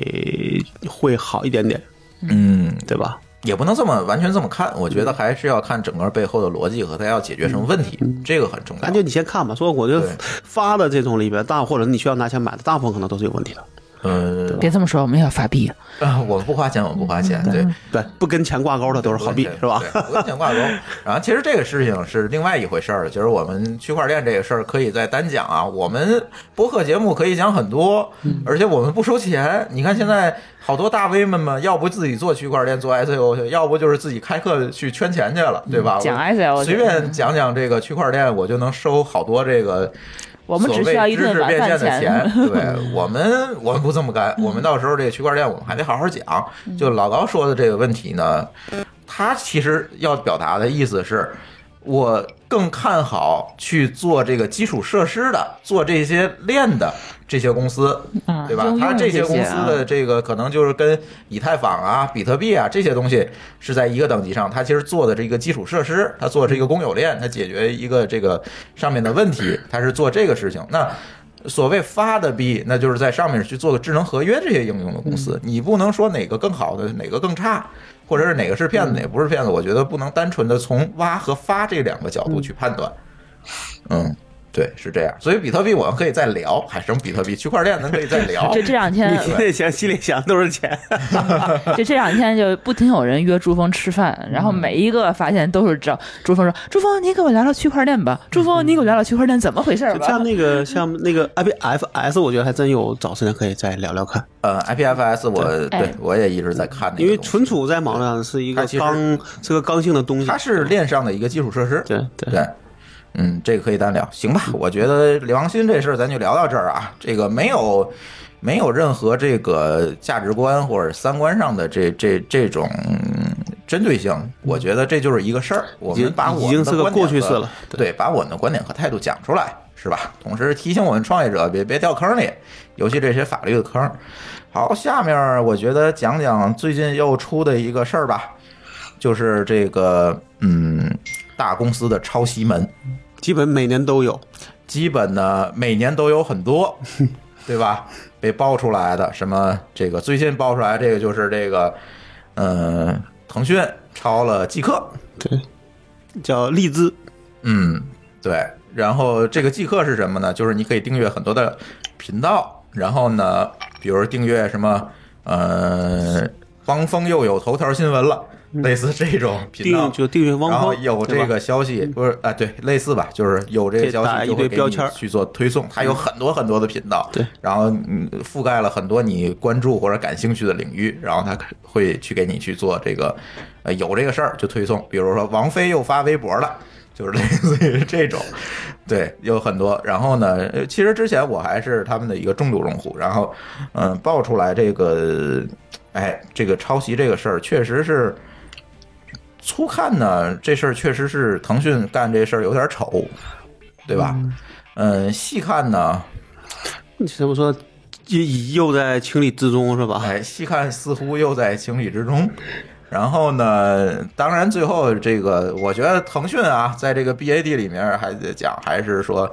会好一点点，
嗯，
对吧？
也不能这么完全这么看，我觉得还是要看整个背后的逻辑和它要解决什么问
嗯
题，这个很重
那就
要。
你先看吧。说我就
对
发的这种里边大，或者你需要拿钱买的，大部分可能都是有问题的。
呃，
别这么说，我们要发币了。
啊， 我们不花钱，我们不花钱，
嗯
对。
对，不跟钱挂钩的都是好币，
对
是吧？
对，不跟钱挂钩。然后其实这个事情是另外一回事儿了，就是我们区块链这个事儿可以再单讲啊。我们播客节目可以讲很多，
嗯
而且我们不收钱。你看现在好多大 V 们嘛，要不自己做区块链做 ICO 去，要不就是自己开课去圈钱去了，对吧？
嗯讲
我
ICO 去
随便讲讲这个区块链，我就能收好多这个。
我们只需要一顿晚饭
所谓知识变现的钱。 嗯对我们，我们不这么干，我们到时候这个区块链我们还得好好讲。就老高说的这个问题呢，他其实要表达的意思是。我更看好去做这个基础设施的，做这些链的这些公司，
啊
对吧
应？用
它
这
些
些
公司嗯的这个可能就是跟以太坊啊、比特币啊这些东西是在一个等级上，它其实做的这个基础设施，它做这个公有链，它解决一个这个上面的问题，它是做这个事情。那所谓发的币，那就是在上面去做个智能合约这些应用的公司，你不能说哪个更好的，哪个更差。或者是哪个是骗子，哪个不是骗子？我觉得不能单纯的从挖和发这两个角度去判断。嗯，对，是这样。所以比特币我们可以再聊，海什么比特币、区块链，咱可以再聊。
就这两
你
天，
心里想，心里想都是钱。
就这两天就不停有人约朱峰吃饭，然后每一个发现都是找朱峰说：“朱峰，你给我聊聊区块链吧。”朱峰，你给我聊聊区块链怎么回事儿
就
吧。
像那个像那个哎 IPFS，我觉得还真有找时间可以再聊聊看，
呃，IPFS 我对
哎
我也一直在看那个东西，
因为存储在网络上是一
它
个
其实
刚是个刚性的东西。
它是链上的一个基础设施。
对对
对，嗯，这个可以单聊，行
嗯
吧？我觉得王鑫这事儿咱就聊到这儿啊，这个没有没有任何这个价值观或者三观上的这这这种。嗯针对性，我觉得这就是一个事儿。我
已
们
经
把我
已
们
经
的
是个
观点
过去式
和
了
对，把我们的观点和态度讲出来，是吧？同时提醒我们创业者别别掉坑里，尤其这些法律的坑。好，下面我觉得讲讲最近又出的一个事儿吧，就是这个嗯，大公司的抄袭门，
基本每年都有，
基本呢每年都有很多，对吧？被爆出来的什么这个最近爆出来这个就是这个，呃，腾讯抄了即刻，
对，叫荔枝。
嗯，对。然后这个即刻是什么呢？就是你可以订阅很多的频道，然后呢，比如订阅什么呃，汪峰又有头条新闻了，类似这种频道
订。就订阅汪
然后
峰，
有
对
这
吧
个消息，不是啊，对，类似吧，就是有这个消
打
息
一
就
堆
会给
标
你
签儿嗯
去做推送，它有很多很多的频道，
对，
然后嗯覆盖了很多你关注或者感兴趣的领域，然后它会去给你去做这个，呃，有这个事儿就推送，比如说王菲又发微博了。就是类似于这种，对，有很多。然后呢，呃其实之前我还是他们的一个重度用户，然后，嗯，爆出来这个，哎，这个抄袭这个事儿，确实是，粗看呢，这事儿确实是腾讯干这事儿有点丑，对吧？嗯，细看呢，
你怎么说？又又在情理之中是吧？
哎，细看似乎又在情理之中。然后呢，当然最后这个，我觉得腾讯啊，在这个 BAD 里面还得讲，还是说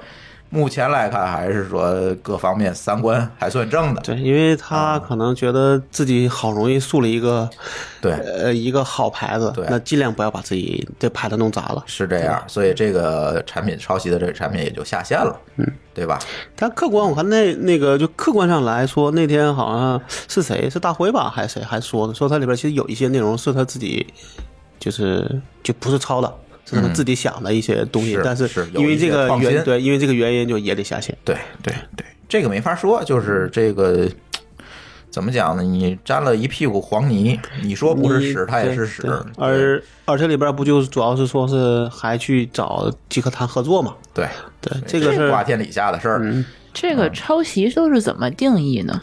目前来看，还是说各方面三观还算正的。
对，因为他可能觉得自己好容易树了一个，
对，
呃，一个好牌子
对，
那尽量不要把自己这牌子弄砸了。
是这样，所以这个产品抄袭的这个产品也就下线了，嗯，对吧？
但客观，我看那那个就客观上来说，那天好像是谁是大辉吧，还是谁还说呢？说他里边其实有一些内容是他自己，就是就不是抄的，是他们自己想的一些东西，
是
但
是有
因为
一些
这个
创新
原对，因为这个原因就也得下线。
对对对，这个没法说，就是这个怎么讲呢？你沾了一屁股黄泥，你说不是
你
屎，它也
对
是屎嗯
对。
对
而而这里边不就是主要是说是还去找极客谈合作嘛？
对，
对，这
这
个是嗯
瓜天底下的事儿。
这个抄袭都是怎么定义呢？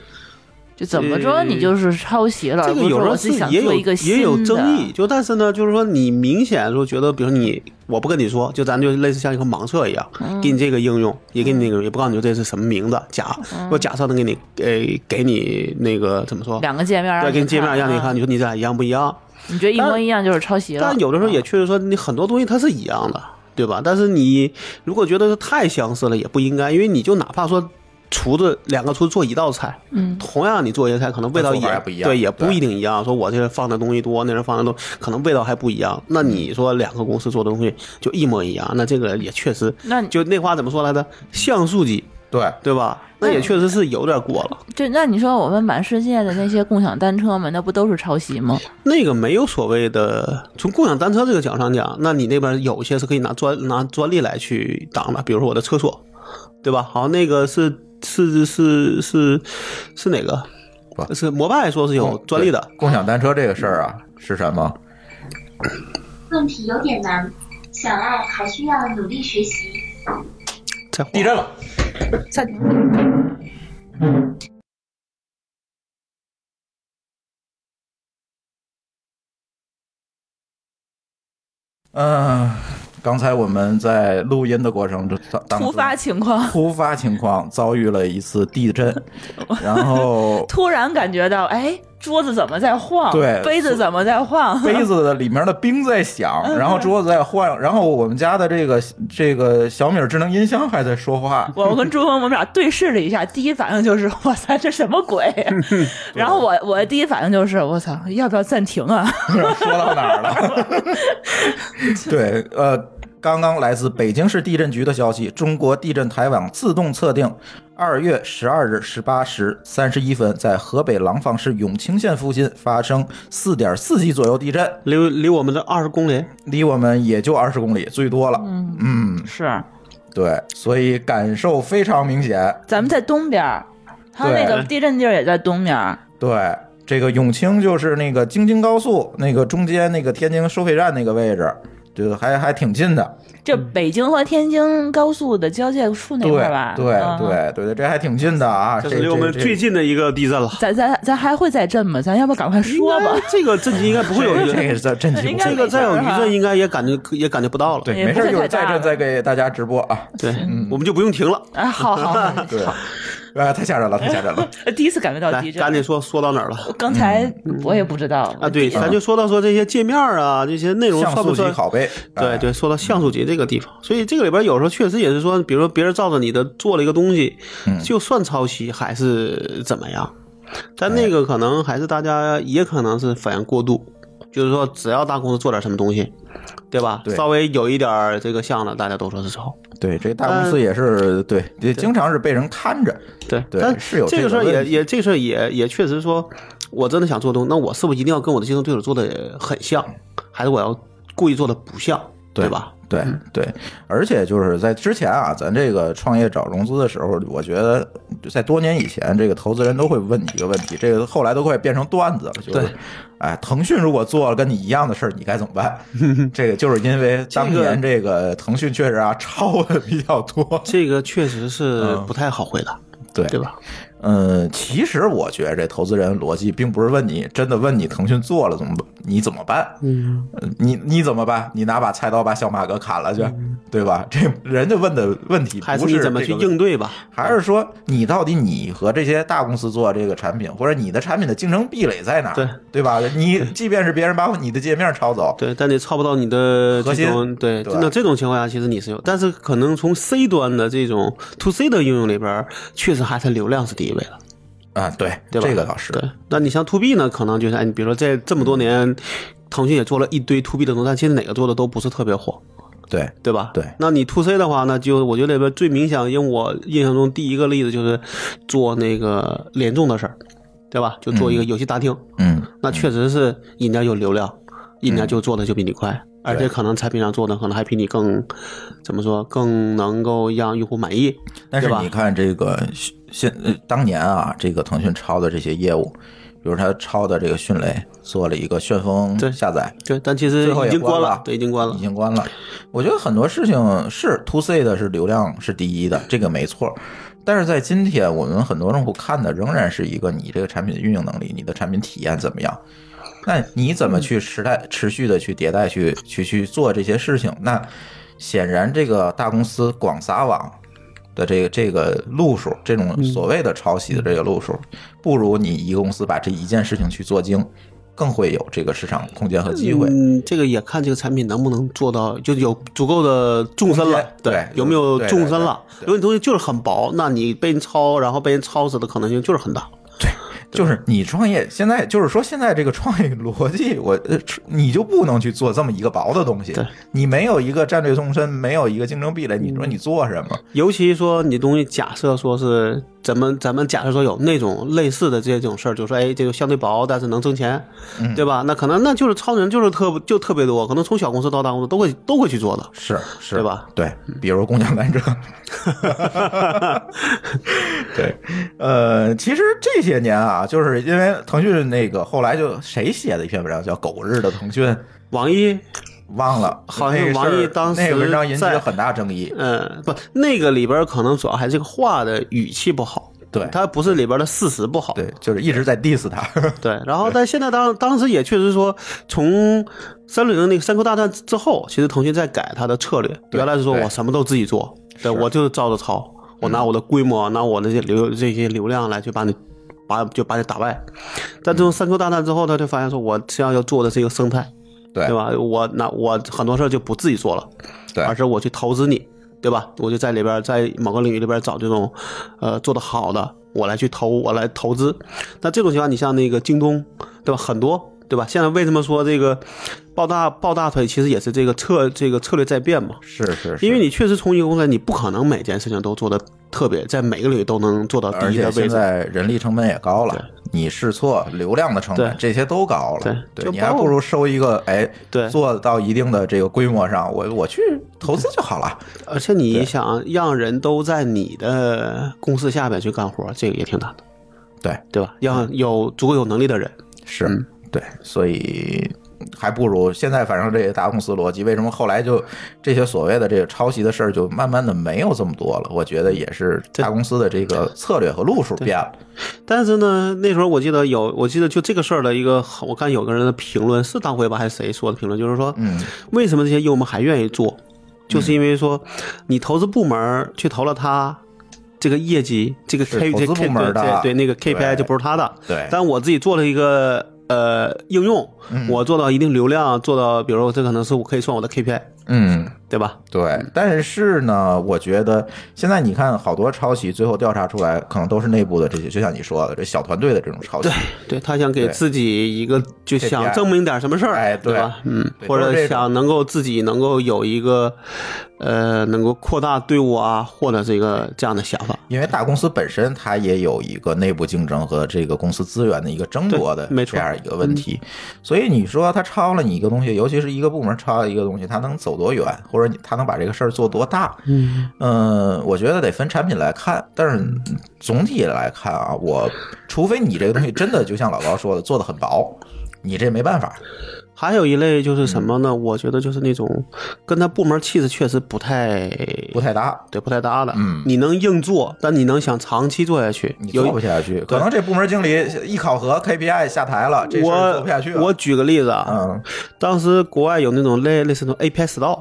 就怎么着你就是抄袭了，
呃这
而啊不
个
是
有时
我
候
自
是
己想
也
做
有
一个新的
也有争议，。就但是呢，就是说你明显说觉得，比如你我不跟你说，就咱就类似像一个盲测一样，
嗯
给你这个应用，也给你那个，也不告诉你这是什么名字，假
嗯
我假设能给你呃给你那个怎么说，
两个界面，
对，给你界面让你看，
啊
你，说你这俩一样不一样？
你觉得一模一样就是抄袭了。
但有的时候也确实说，你很多东西它是一样的，对吧？但是你如果觉得是太相似了，也不应该，因为你就哪怕说厨子两个厨子做一道菜，嗯，同样你做一道菜，可能味道
它做法
也
也不一样
对，也不
对
一定一样。说我这放的东西多，那人放的多，可能味道还不一样。
嗯
那你说两个公司做的东西就一模一样，那这个也确实，
那你
就那话怎么说来着？像素级，
对，
对吧？那也确实是有点过了。
就那你说我们满世界的那些共享单车们，那不都是抄袭吗？
那个没有所谓的，从共享单车这个角上讲，那你那边有一些是可以拿专拿专利来去挡的，比如说我的厕所，对吧？好，那个是是是是是哪个
不？
是摩拜说是有
哦
专利的，
对共享单车这个事儿啊，是什么？
问题有点难，想爱还需要努力学习。
在
地震了。嗯、刚才我们在录音的过程中，当当中
突发情况，
突发情况遭遇了一次地震， 然后
突然感觉到，哎，桌子怎么在晃？
对
杯子怎么在晃？
杯子的里面的冰在响，然后桌子在晃，然后我们家的这个这个小米儿智能音箱还在说话，
我跟朱峰，我们俩对视了一下，第一反应就是“哇塞，这什么鬼、 然后我我的第一反应就是“我操，要不要暂停 啊
说到哪儿了？ 对，呃，刚刚来自北京市地震局的消息，中国地震台网自动测定，二月十二日十八时三十一分，在河北廊坊市永清县附近发生四点四级左右地震，
离离我们这二十公里，
离我们也就二十公里，最多了。嗯嗯”，，
是
对，所以感受非常明显。
咱们在东边儿，他那个
对
地震地儿也在东边儿，
对，这个永清就是那个京津高速那个中间那个天津收费站那个位置，就还还挺近的。
嗯
这北京和天津高速的交界处那
对
块儿吧？
对
嗯
对对对，这还挺近的啊，
这
这
是离我们最。近的一个地震了。
咱咱咱还会再震吗？咱要不赶快说吧
应？该这个震级应该不会有
这
余
这这
震，
个在震
应
惊，
该
这个再有余
没事儿啊哈
震应该也感觉也感觉不到了。
对，
也
没
不
事，
会
一会儿
太大
再震再给大家直播 啊。
对，我们就不用停了。
啊，好好 好，呃
对，啊，太吓人了，太吓人了。
第一次感觉到
来
地，震，
赶紧说说到哪儿了？
刚才我也不知道
啊，对，
地
咱就说到说这些界面啊， 这些内容
像
算
素
不
级
算？
拷贝，
对
哎，
对，说到像素级这个地方，所以这个里边有时候确实也是说，比如说别人照着你的做了一个东西，
嗯
就算抄袭还是怎么样？但那个可能还是大家也可能是反应过度，就是说只要大公司做点什么东西，对吧？
对
稍微有一点儿这个像的，大家都说是抄。
对，这大公司也是对，也经常是被人看着。
对
对
但
是有
这
这
个事
个
儿
问
也
题
也这事儿也也确实说，我真的想做东，那我是不是一定要跟我的竞争对手做的很像，还是我要故意做的不像，
对
吧？
对对，而且就是在之前啊，咱这个创业找融资的时候，我觉得在多年以前，这个投资人都会问你一个问题，这个后来都快变成段子了，就是
对，
哎，腾讯如果做了跟你一样的事儿，你该怎么 办？这个就是因为当
这个
年这个腾讯确实啊抄的比较多，
这个确实是
嗯
不太好回答，
对
对吧？
嗯，其实我觉得这投资人逻辑并不是问你真的问你腾讯做了怎么你怎么办，
嗯，
呃你你怎么办？你拿把菜刀把小马哥砍了去，对吧？这人家问的问题
还
不
你
是
怎么
这
去
个问
应对吧？
还是说你到底你和这些大公司做这个产品，或者你的产品的竞争壁垒在哪儿？
对
对吧？你即便是别人把你的界面抄走，
对，但你抄不到你的
核
这
心
种对，
对
那这种情况下其实你是有，但是可能从 C 端的这种 to C 的应用里边儿，确实还是流量是第一位的。
啊，对，
对吧？
这个倒是
对，那你像 to B 呢，可能就是哎，你比如说在这么多年，腾讯也做了一堆 to B 的东西，但其实哪个做的都不是特别火，
对
对吧？
对
那你 to C 的话呢，就我觉得里边最明显，因为我印象中第一个例子就是做那个联众的事儿，对吧？就做一个游戏大厅，
嗯，
那确实是人家有流量，人家就做的就比你快。
嗯
而且可能产品上做的可能还比你更，怎么说更能够让用户满意，
但是
对吧
你看这个现呃当年啊，这个腾讯抄的这些业务，比如他抄的这个迅雷做了一个旋风
对
下载，
对，但其实
最后
已
也
经
关
关
了
了，对，已经关了
已，经关了。我觉得很多事情是 to C 的是流量是第一的，这个没错。但是在今天，我们很多用户看的仍然是一个你这个产品的运营能力，你的产品体验怎么样？那你怎么去时代持续的去迭代，去去去做这些事情？那显然，这个大公司广撒网的这个这个路数，这
嗯
种所谓的抄袭的这个路数，不如你一个公司把这一件事情去做精，更会有这个市场空间和机会。
嗯，这个也看这个产品能不能做到，就有足够的纵深了
空间，对
有没有
对对
纵深了
对对？对
如果你东西就是很薄，那你被人抄，然后被人抄死的可能性就是很大。
就是你创业，现在就是说现在这个创业逻辑，我呃你就不能去做这么一个薄的东西
对，
你没有一个战略纵深，没有一个竞争壁垒，你
嗯
说你做什么？
尤其说你东西假设说是咱们咱们假设说有那种类似的这种事儿，就说哎，这个相对薄，但是能挣钱，
嗯
对吧？那可能那就是超人就是特就特别多，可能从小公司到大公司都会都会去做的。
是是，
对吧？
对，比如共享单 车。对，呃，其实这些年啊，就是因为腾讯那个后来就谁写的一篇文章叫《狗日的腾讯》，
网易
忘了，
好像
那个
是
事儿
王毅当时
那个文章引起
在
了很大争议。
嗯，不，那个里边儿可能主要还是这个话的语气不好，
对
它不是里边儿的事实不好，
对，就是一直在 diss 他。
对。然后，但现在当当时也确实说，从三六零那个山口大战之后，其实腾讯在改它的策略，
对
原来是说
对
我什么都自己做，对
是嗯
我就是照着抄，我拿我的规模，拿我的这些流这些流量来去把你。把就把你打败，但
嗯
从三 Q 大战之后，他就发现说，我实际上要做的是一个生态，
对
对吧？我那我很多事儿就不自己做了，
对
而是我去投资你，对吧？我就在里边儿在某个领域里边儿找这种，呃，做的好的，我来去投，我来投资。那这种情况，你像那个京东，对吧？很多，对吧？现在为什么说这个抱大抱大腿，其实也是这个策这个策略在变嘛？
是是是，
因为你确实从一个公司，你不可能每件事情都做的特别，在每个领域都能做到
而
啊第一
且
的位
现
置。
在人力成本也高了，你试错、流量的成本
对
这些都高了，
对
对
就
你
包
还
括
不如收一个哎，
对
做到一定的这个规模上，我我去投资就好了。
而且你想让人都在你的公司下面去干活，这个也挺难的，
对，嗯
对吧？让有足够有能力的人，
是，
嗯
对，所以还不如现在，反正这些大公司逻辑，为什么后来就这些所谓的这个抄袭的事儿，就慢慢的没有这么多了？我觉得也是
对
大公司的这个策略和路数变了。
但是呢，那时候我记得有，我记得就这个事儿的一个，我看有个人的评论是大辉吧还是谁说的评论，就是说，
嗯，
为什么这些业务们还愿意做，就是因为说，你投资部门儿去投了他。这个业绩，这个
是
K
投
这
资
K
部门
对
的
对对那个
对
KPI 就不是他的，
对嗯
但我自己做了一个呃应用，我做到一定流量，做到比如说这可能是我可以算我的 KPI，
嗯，
对吧？
对，但是呢，我觉得现在你看，好多抄袭最后调查出来，可能都是内部的这些，就像你说的，这小团队的这种抄袭。
对他想给
对
自己一个，就
KPI
想证明点什么事儿，
哎
对
对
吧？嗯，
对
或
都是
者
这种
想能够自己能够有一个，呃，能够扩大队伍啊，或者这个这样的想法。
因为大公司本身它也有一个内部竞争和这个公司资源的一个争夺的
对没错嗯
这样一个问题，所以你说他抄了你一个东西，尤其是一个部门抄了一个东西，他能走多远，或者你他能把这个事儿做多大？
嗯，
嗯，我觉得得分产品来看，但是总体来看啊，我除非你这个东西真的就像老高说的做的很薄，你这没办法。
还有一类就是什
嗯
么呢？我觉得就是那种跟他部门气质确实不太
不太搭，
对不太搭的。
嗯
你能硬做，但你能想长期做下去，
你
有
做不下去。可能这部门经理一考核 KPI 下台了，这事儿做不下去了。
我我举个例子啊，
嗯，
当时国外有那种类类似那种 API Store。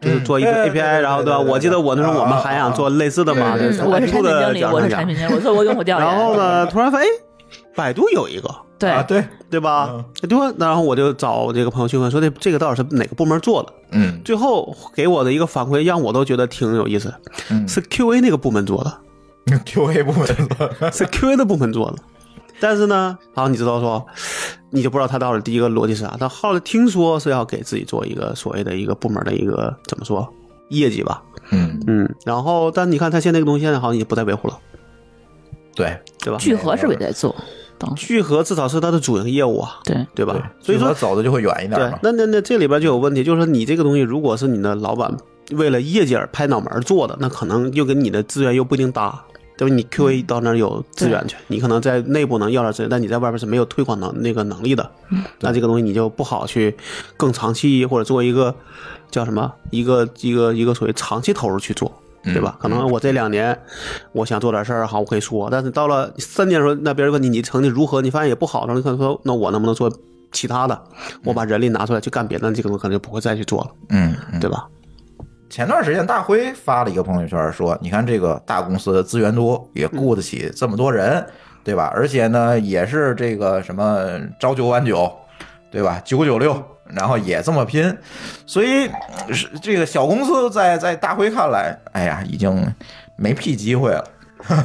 就是做一个
嗯对对
API，
对
然后
对
吧？
对啊对
我记得我那时候我们还想做类似的嘛，
嗯
就是
我是产品经理，
角
我
度
是
讲
产品经理，我做过用户调研。
然后？呢，
嗯
突然发现，哎，百度有一个，
对，
啊，对，
对吧？对吧？然后我就找我这个朋友去问，说这这个到底是哪个部门做的？
嗯
最后给我的一个反馈，让我都觉得挺有意思的，
嗯
是 QA 那个部门做的，
，QA 嗯部门
是 QA 的部门做的。但是呢，然后你知道说，你就不知道他到底第一个逻辑是啥。但后来听说是要给自己做一个所谓的一个部门的一个怎么说业绩吧，
嗯，
嗯。然后，但你看他现在这个东西现在好像已经不再维护了，
对，
对吧？
聚合是不是也在做？当时
聚合至少是他的主营业务啊，
对，
对吧？所以
聚合
说
走的就会远一点
对
嘛，。
那那那这里边就有问题，就是说你这个东西如果是你的老板为了业绩而拍脑门儿做的，那可能又跟你的资源又不一定搭。对吧？你 QA 到那儿有资源去，你可能在内部能要点资源，但你在外边是没有推广能那个能力的。那这个东西你就不好去更长期或者做一个叫什么一个一个一个所谓长期投入去做，
嗯
对吧？可能我这两年我想做点事儿，好，我可以说，但是到了三年的时候，那别人问你你成绩如何，你发现也不好，然后你可能说，那我能不能做其他的？我把人力拿出来去干别的，这个我可能就不会再去做了，
嗯，嗯
对吧？
前段时间大辉发了一个朋友圈说，你看这个大公司的资源多，也雇得起这么多人，对吧？而且呢，也是这个什么朝九晚九，对吧？九九六，然后也这么拼，所以呃是这个小公司在在大辉看来，哎呀，已经没屁机会了。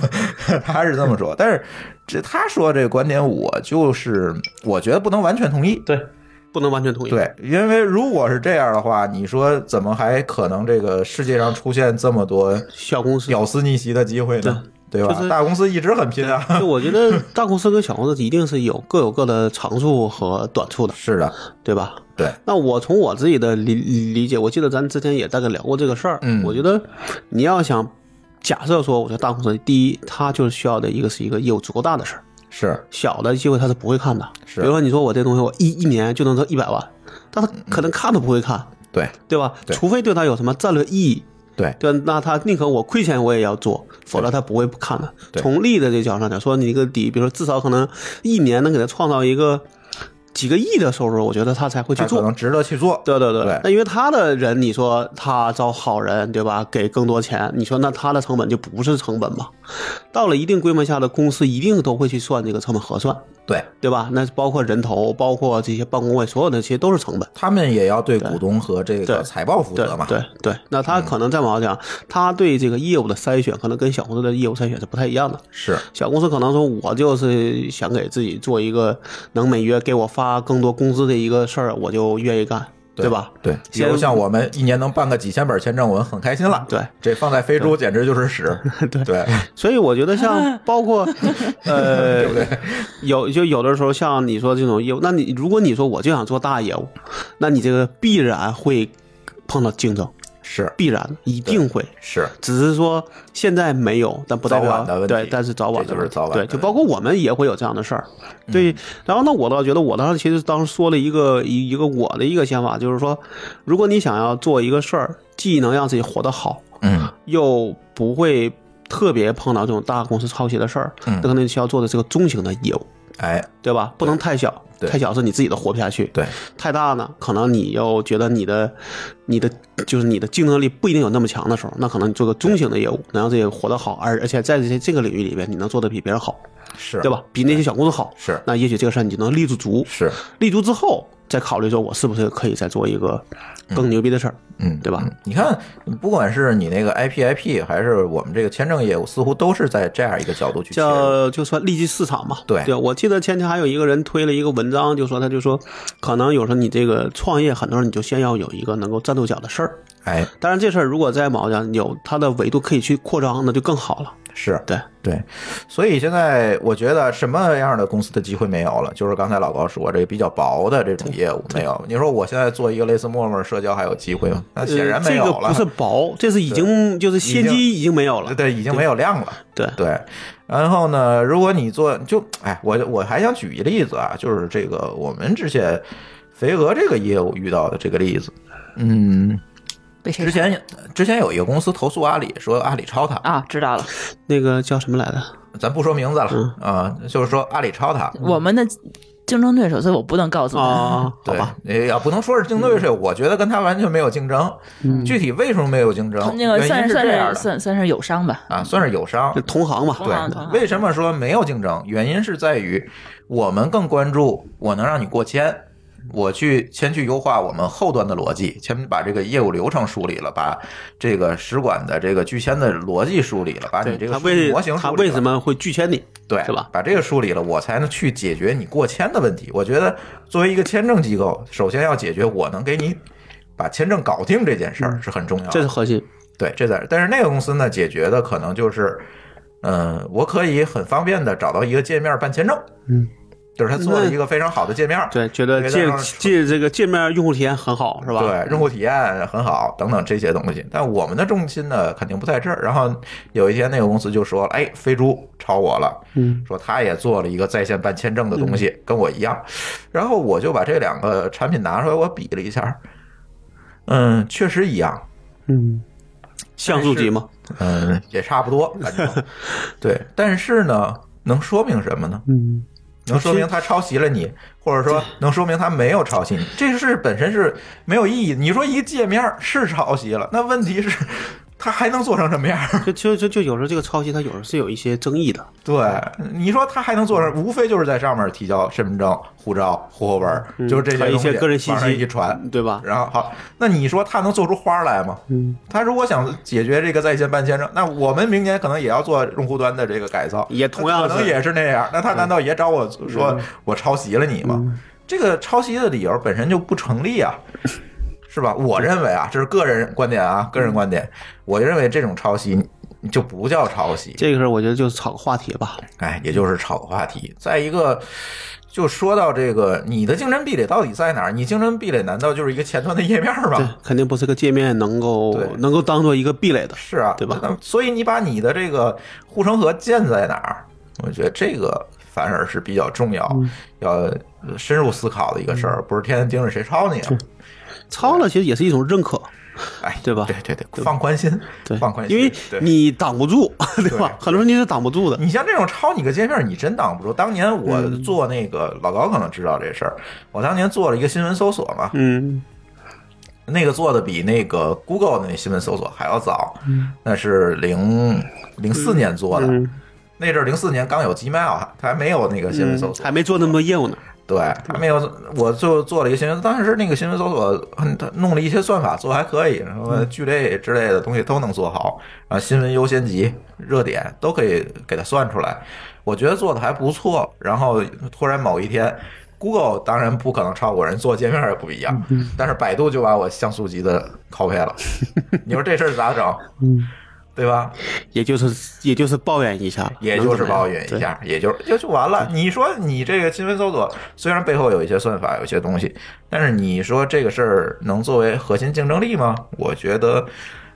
他是这么说，但是这他说这个观点，我就是我觉得不能完全同意。
对，不能完全同意。，
对，因为如果是这样的话，你说怎么还可能这个世界上出现这么多
小公司，
屌丝逆袭的机会呢？对吧
就？是
大公司一直很拼啊。
就我觉得大公司跟小公司一定是有各有各的长处和短处的，
是的，
对吧？
对，
那我从我自己的理理解，我记得咱之前也大概聊过这个事儿。
嗯
我觉得你要想假设说，我觉得大公司第一，它就是需要的一个是一个业务足够大的事儿，
是
小的机会它是不会看的。
是
比如说你说我这东西我一一年就能挣一百万，但他可能看都不会看，
对
对吧？
嗯对
除非对他有什么战略意义。
对
对，那他宁可我亏钱我也要做，否则他不会不看的。
对
从利的这角度上讲，说你一个底，比如说至少可能一年能给他创造一个几个亿的收入，我觉得他才会去
他
做
可。能值得去做。
对对对，
对
那因为他的人，你说他招好人，对吧？给更多钱，你说那他的成本就不是成本嘛？到了一定规模下的公司，一定都会去算这个成本核算，
对
对吧？那包括人头，包括这些办公位，所有的其实都是成本。
他们也要对股东和这
对
个财报负
对
责嘛。
对对，嗯那他可能再往下讲，他对这个业务的筛选，可能跟小公司的业务筛选是不太一样的。
是
小公司可能说，我就是想给自己做一个能每月给我发更多工资的一个事儿，我就愿意干，对吧？
对，比
先
如像我们一年能办个几千本签证，我们很开心了。
对，
这放在非洲简直就是 屎。对对
所以我觉得像包括呃， 有就有的时候像你说这种业务，那你如果你说我就想做大业务，那你这个必然会碰到竞争，
是
必然的一定会。
是，
只是说现在没有，但不代
早
表
晚的问题
对，但是早晚的
这就是早晚的
对，
问题
就包括我们也会有这样的事儿。对，然后呢，我倒觉得我当时其实当时说了一个一一个我的一个想法，就是说，如果你想要做一个事儿，既能让自己活得好，
嗯
又不会特别碰到这种大公司抄袭的事儿，
嗯
那可能你需要做的是个中型的业务，
哎
对吧？不能太小，
对
太小是你自己都活不下去。
对
太大呢，可能你又觉得你的、你的就是你的竞争力不一定有那么强的时候，那可能你做个中型的业务，能让自己活得好，而而且在这这个领域里边，你能做得比别人好，
是啊嗯
对？吧？比那些小公司好，
是
那也许这个事儿你就能立住足，
是
立足之后，再考虑说我是不是可以再做一个更牛逼的事儿，
嗯，
对吧
嗯？你看，不管是你那个 IPIP，还是我们这个签证业务，似乎都是在这样一个角度去切入
叫就说利基市场嘛。
对
对，我记得前天还有一个人推了一个文章，就说他就说，可能有时候你这个创业，很多人你就先要有一个能够站住脚的事儿。
哎，
当然，这事儿如果在某家有它的维度可以去扩张，那就更好了。
是
对
对，所以现在我觉得什么样的公司的机会没有了？就是刚才老高说这个比较薄的这种业务没有。你说我现在做一个类似陌陌社交还有机会吗？那显然
呃
没有
这个
了。
不是薄，这是已经就是先
已经
机已经没有了。
对，已经没有量了。
对
对，然后呢，如果你做就哎，我我还想举一例子啊，就是这个我们之前肥鹅这个业务遇到的这个例子，嗯，
被谁
之前之前有一个公司投诉阿里，说阿里抄他，
啊？知道了，
那个叫什么来着？
咱不说名字了啊、就是说阿里抄他。
我们的竞争对手，所以我不能告诉
哦
他。
啊，好
对
吧，，
也也不能说是竞争对手，我觉得跟他完全没有竞争。具体为什么没有竞争？
嗯那个
哦原
算
因是
算
这样
是
的
算算是友商吧，
啊，算是友商
就，同行嘛。
同
对
行同，行
为什么说没有竞争？原因是在于我们更关注我能让你过签，我去先去优化我们后端的逻辑，先把这个业务流程梳理了，把这个使馆的这个拒签的逻辑梳理了，把你这个
他
数据
为
模型梳理
他
了。
为什么会拒签你？
对，
是吧？
把这个梳理了，我才能去解决你过签的问题。我觉得作为一个签证机构，首先要解决我能给你把签证搞定这件事儿是很重要的。
嗯这是核心。
对，这在，但是那个公司呢，解决的可能就是，嗯、我可以很方便的找到一个界面办签证，
嗯，
就是他做了一个非常好的界面，
对，觉得
对
界
但是
界这个界面用户体验很好，是吧？
对，用户体验很好，等等这些东西。但我们的重心呢，肯定不在这儿。然后有一天，那个公司就说了：“哎，飞猪超我了，
嗯，
说他也做了一个在线办签证的东西，跟我一样。”然后我就把这两个产品拿出来，我比了一下，嗯，确实一样，
嗯，像素级嘛，
嗯，也差不 多，反正对。但是呢，能说明什么呢？
嗯，
能说明他抄袭了你，或者说能说明他没有抄袭你，这事本身是没有意义的。你说一界面是抄袭了，那问题是，他还能做成什么样？
就就就就有时候这个抄袭，它有时候是有一些争议的。
对，你说他还能做成，无非就是在上面提交身份证、护照、户口本儿，就是这
还
东
有嗯一
西
些个人信
往上
息
一传，
对吧？
然后好，那你说他能做出花来吗？
嗯，
他如果想解决这个在线办签证，那我们明年可能也要做用户端的这个改造，
也同样
那可能
是嗯
也是那样。那他难道也找我说我抄袭了你吗？这个抄袭的理由本身就不成立 啊，是吧？我认为啊，这是个人观点啊，个人观点，我认为这种抄袭就不叫抄袭，
这个事儿我觉得就是炒个话题吧。
哎，也就是炒个话题。再一个，就说到这个，你的竞争壁垒到底在哪儿？你竞争壁垒难道就是一个前端的页面
对
吗？，
肯定不是个界面能够
啊对
能够当做一个壁垒的。
是啊，
对吧
那所以你把你的这个护城河建在哪儿？我觉得这个反而是比较重要，
嗯
要深入思考的一个事儿，不是天天盯着谁抄你啊。
抄了其实也是一种认可，
哎，
对吧
对对对，放宽心，
对
放宽，心，
因为
对
你挡不住，对吧？
对
很多人你是挡不住的。
你像这种抄你个界面，你真挡不住。当年我
嗯
做那个老高可能知道这事儿，我当年做了一个新闻搜索嘛，
嗯，
那个做的比那个 Google 的那新闻搜索还要早，
嗯
那是零零四年做的。那阵儿零四年刚有 Gmail，它还没有那个新闻搜索，
嗯还没做那么多业务呢。
对，还没有。我就做了一个新闻，当时那个新闻搜索，嗯它弄了一些算法，做得还可以，什么剧类之类的东西都能做好，啊，新闻优先级、热点都可以给它算出来，我觉得做的还不错。然后突然某一天。Google 当然不可能超我人，做界面也不一样，但是百度就把我像素级的 copy 了，你说这事儿咋整？对吧？
也就是也就是抱怨一下，
也
能
就
怎
是
么样
抱怨一。下，也就就就完了。你说你这个新闻搜索虽然背后有一些算法，有一些东西，但是你说这个事儿能作为核心竞争力吗？我觉得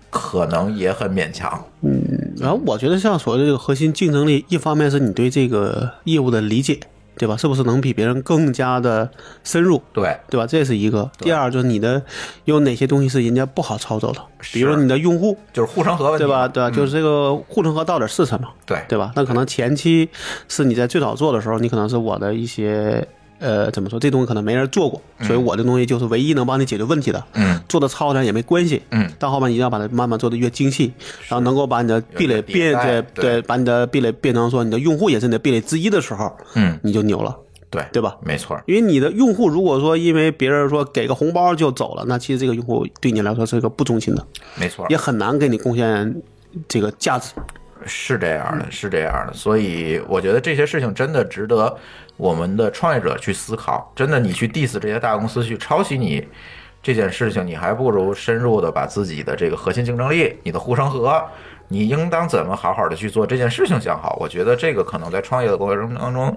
可能也很勉强。
对然后我觉得像所谓的这个核心竞争力，一方面是你对这个业务的理解，对吧？是不是能比别人更加的深入？
对，
对吧？这是一个。第二就是你的有哪些东西是人家不好操作的，比如
是
说你的用户，
就是护城河问题，
对吧？？对吧？就是这个护城河到底是什么，
对
对吧？那可能前期是你在最早做的时候，你可能是我的一些呃怎么说，这东西可能没人做过，所以我的东西就是唯一能帮你解决问题的。
嗯，
做的糙点也没关系，
嗯
到后面一定要把它慢慢做的越精细，然后能够把你的壁垒
有点迭
变
代
对
对
把你的壁垒变成说你的用户也是你的壁垒之一的时候，
嗯，
你就牛了。
对
对吧？
没错儿，
因为你的用户如果说因为别人说给个红包就走了，那其实这个用户对你来说是个不忠心的，
没错儿，
也很难给你贡献这个价值。
是这样
嗯
的，是这样的，所以我觉得这些事情真的值得我们的创业者去思考。真的，你去 diss 这些大公司去抄袭你这件事情，你还不如深入的把自己的这个核心竞争力、你的护城河，你应当怎么好好的去做这件事情想好。我觉得这个可能在创业的过程当中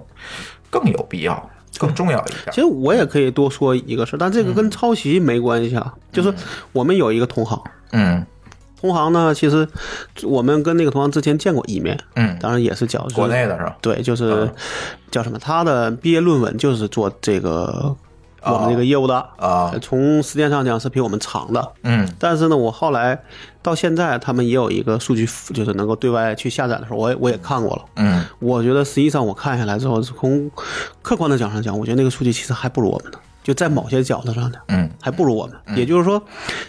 更有必要、更重要一点。
其实我也可以多说一个事儿，但这个跟抄袭没关系啊，就是我们有一个同行，
嗯
同行呢，其实我们跟那个同行之前见过一面，
嗯，
当然也是讲
国内的是吧？
对，就是
嗯
叫什么，他的毕业论文就是做这个我们这个业务的
啊，
从时间上讲是比我们长的，
嗯
但是呢，我后来到现在，他们也有一个数据，就是能够对外去下载的时候，我也我也看过了。
嗯，
我觉得实际上我看下来之后，从客观的角度上讲，我觉得那个数据其实还不如我们呢，就在某些角度上讲。
嗯
还不如我们，也就是说，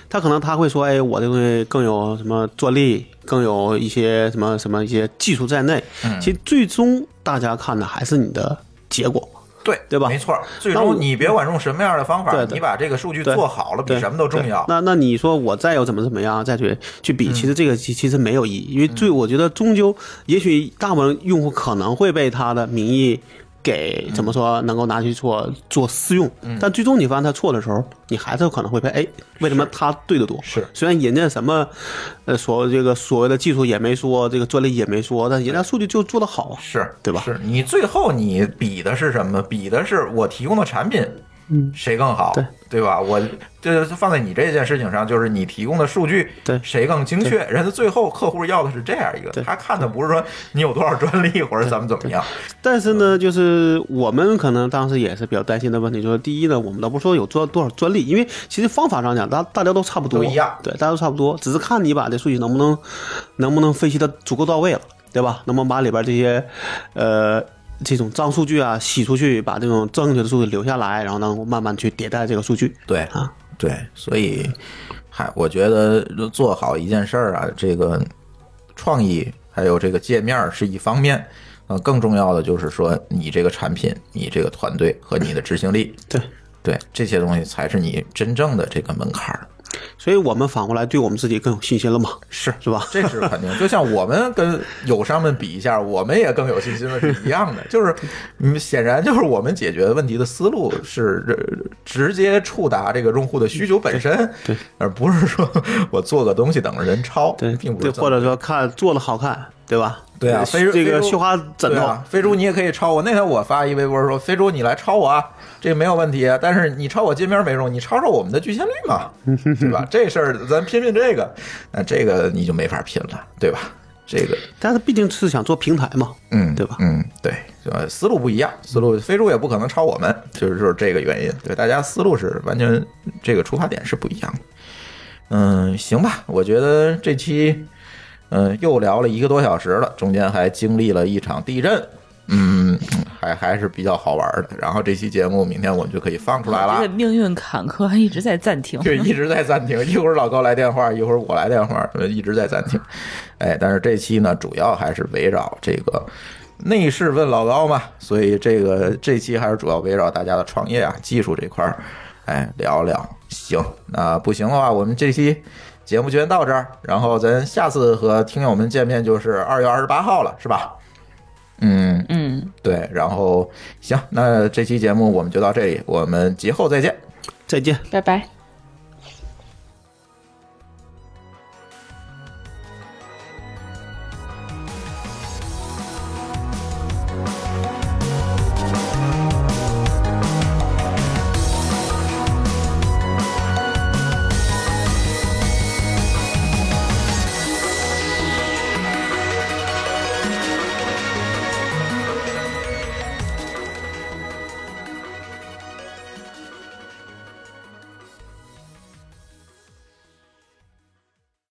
他可能他会说，哎，我这东西更有什么坐力，更有一些什么什么一些技术在内。
嗯
其实最终大家看的还是你的结果。
对
对吧
没错儿，最
那我
终你别管用什么样的方法，
对对
你把这个数据
对
做好了，比
对
什么都重要嗯
对。那那你说我再有怎么怎么样啊再去去比，其实这个其其实没有意义，因为最我觉得终究，也许大部分用户可能会被他的名义给
嗯
怎么说能够拿去做做私用，但最终你发现他错的时候，你还是可能会被哎，为什么他对的多？
是
虽然人家什么呃所这个所谓的技术也没说，这个专利也没说，但人家数据就做得好啊。
是
对吧
是你最后你比的是什么？比的是我提供的产品，嗯，谁更好，
对
吧？我这放在你这件事情上，就是你提供的数据，
对
谁更精确？人家最后客户要的是这样一个，
对
他看的不是说你有多少专利或者咱们怎么样，
但是
嗯
呢，就是我们可能当时也是比较担心的问题，就是第一呢，我们倒不是说有多多少专利，因为其实方法上讲，大大家都差不多，
都一样
对，大家都差不多，只是看你把这数据能不能能不能分析的足够到位了，对吧？能不能把里边这些呃这种脏数据啊洗出去，把这种正确的数据留下来，然后呢慢慢去迭代这个数据。
对
啊，
对，所以，嗨，我觉得做好一件事儿啊，这个创意还有这个界面儿是一方面，呃，更重要的就是说你这个产品、你这个团队和你的执行力，
对
对，这些东西才是你真正的这个门槛儿。
所以我们反过来对我们自己更有信心了嘛，
是
是吧？
啊这是肯定，就像我们跟友商们比一下，我们也更有信心了是一样 的。就是，嗯，显然就是我们解决问题的思路是呃直接触达这个用户的需求本身，
对对
而不是说我做个东西等着人抄，
对，
并不
对，
是这么
或者说看做的好看，对吧？
对啊非
这
非
个
洲
绣花枕
对
头，
啊，飞猪你也可以抄我。那天我发一微博说，飞猪你来抄我 啊，这没有问题。但是你抄我界面没用，你抄抄我们的局限率嘛， 对吧？这事儿咱拼拼这个，那这个你就没法拼了，对吧？这个
但是毕竟是想做平台嘛，
嗯，
对吧
嗯，对，呃，思路不一样，思路非洲也不可能抄我们，就是就是这个原因。对，大家思路是完全这个出发点是不一样的。嗯，行吧，我觉得这期嗯又聊了一个多小时了，中间还经历了一场地震。嗯，还还是比较好玩的。然后这期节目明天我们就可以放出来了。
这个命运坎坷一直在暂停。
对，一直在暂停，一会儿老高来电话，一会儿我来电话，呃一直在暂停。哎，但是这期呢，主要还是围绕这个内饰问老高嘛，所以这个这期还是主要围绕大家的创业啊、技术这块儿，哎，聊聊。行，那不行的话，我们这期节目就先到这儿，然后咱下次和听友们见面就是二月二十八号了，是吧？嗯，
嗯，
对，然后行，那这期节目我们就到这里，我们节后再见。
再见。
拜拜。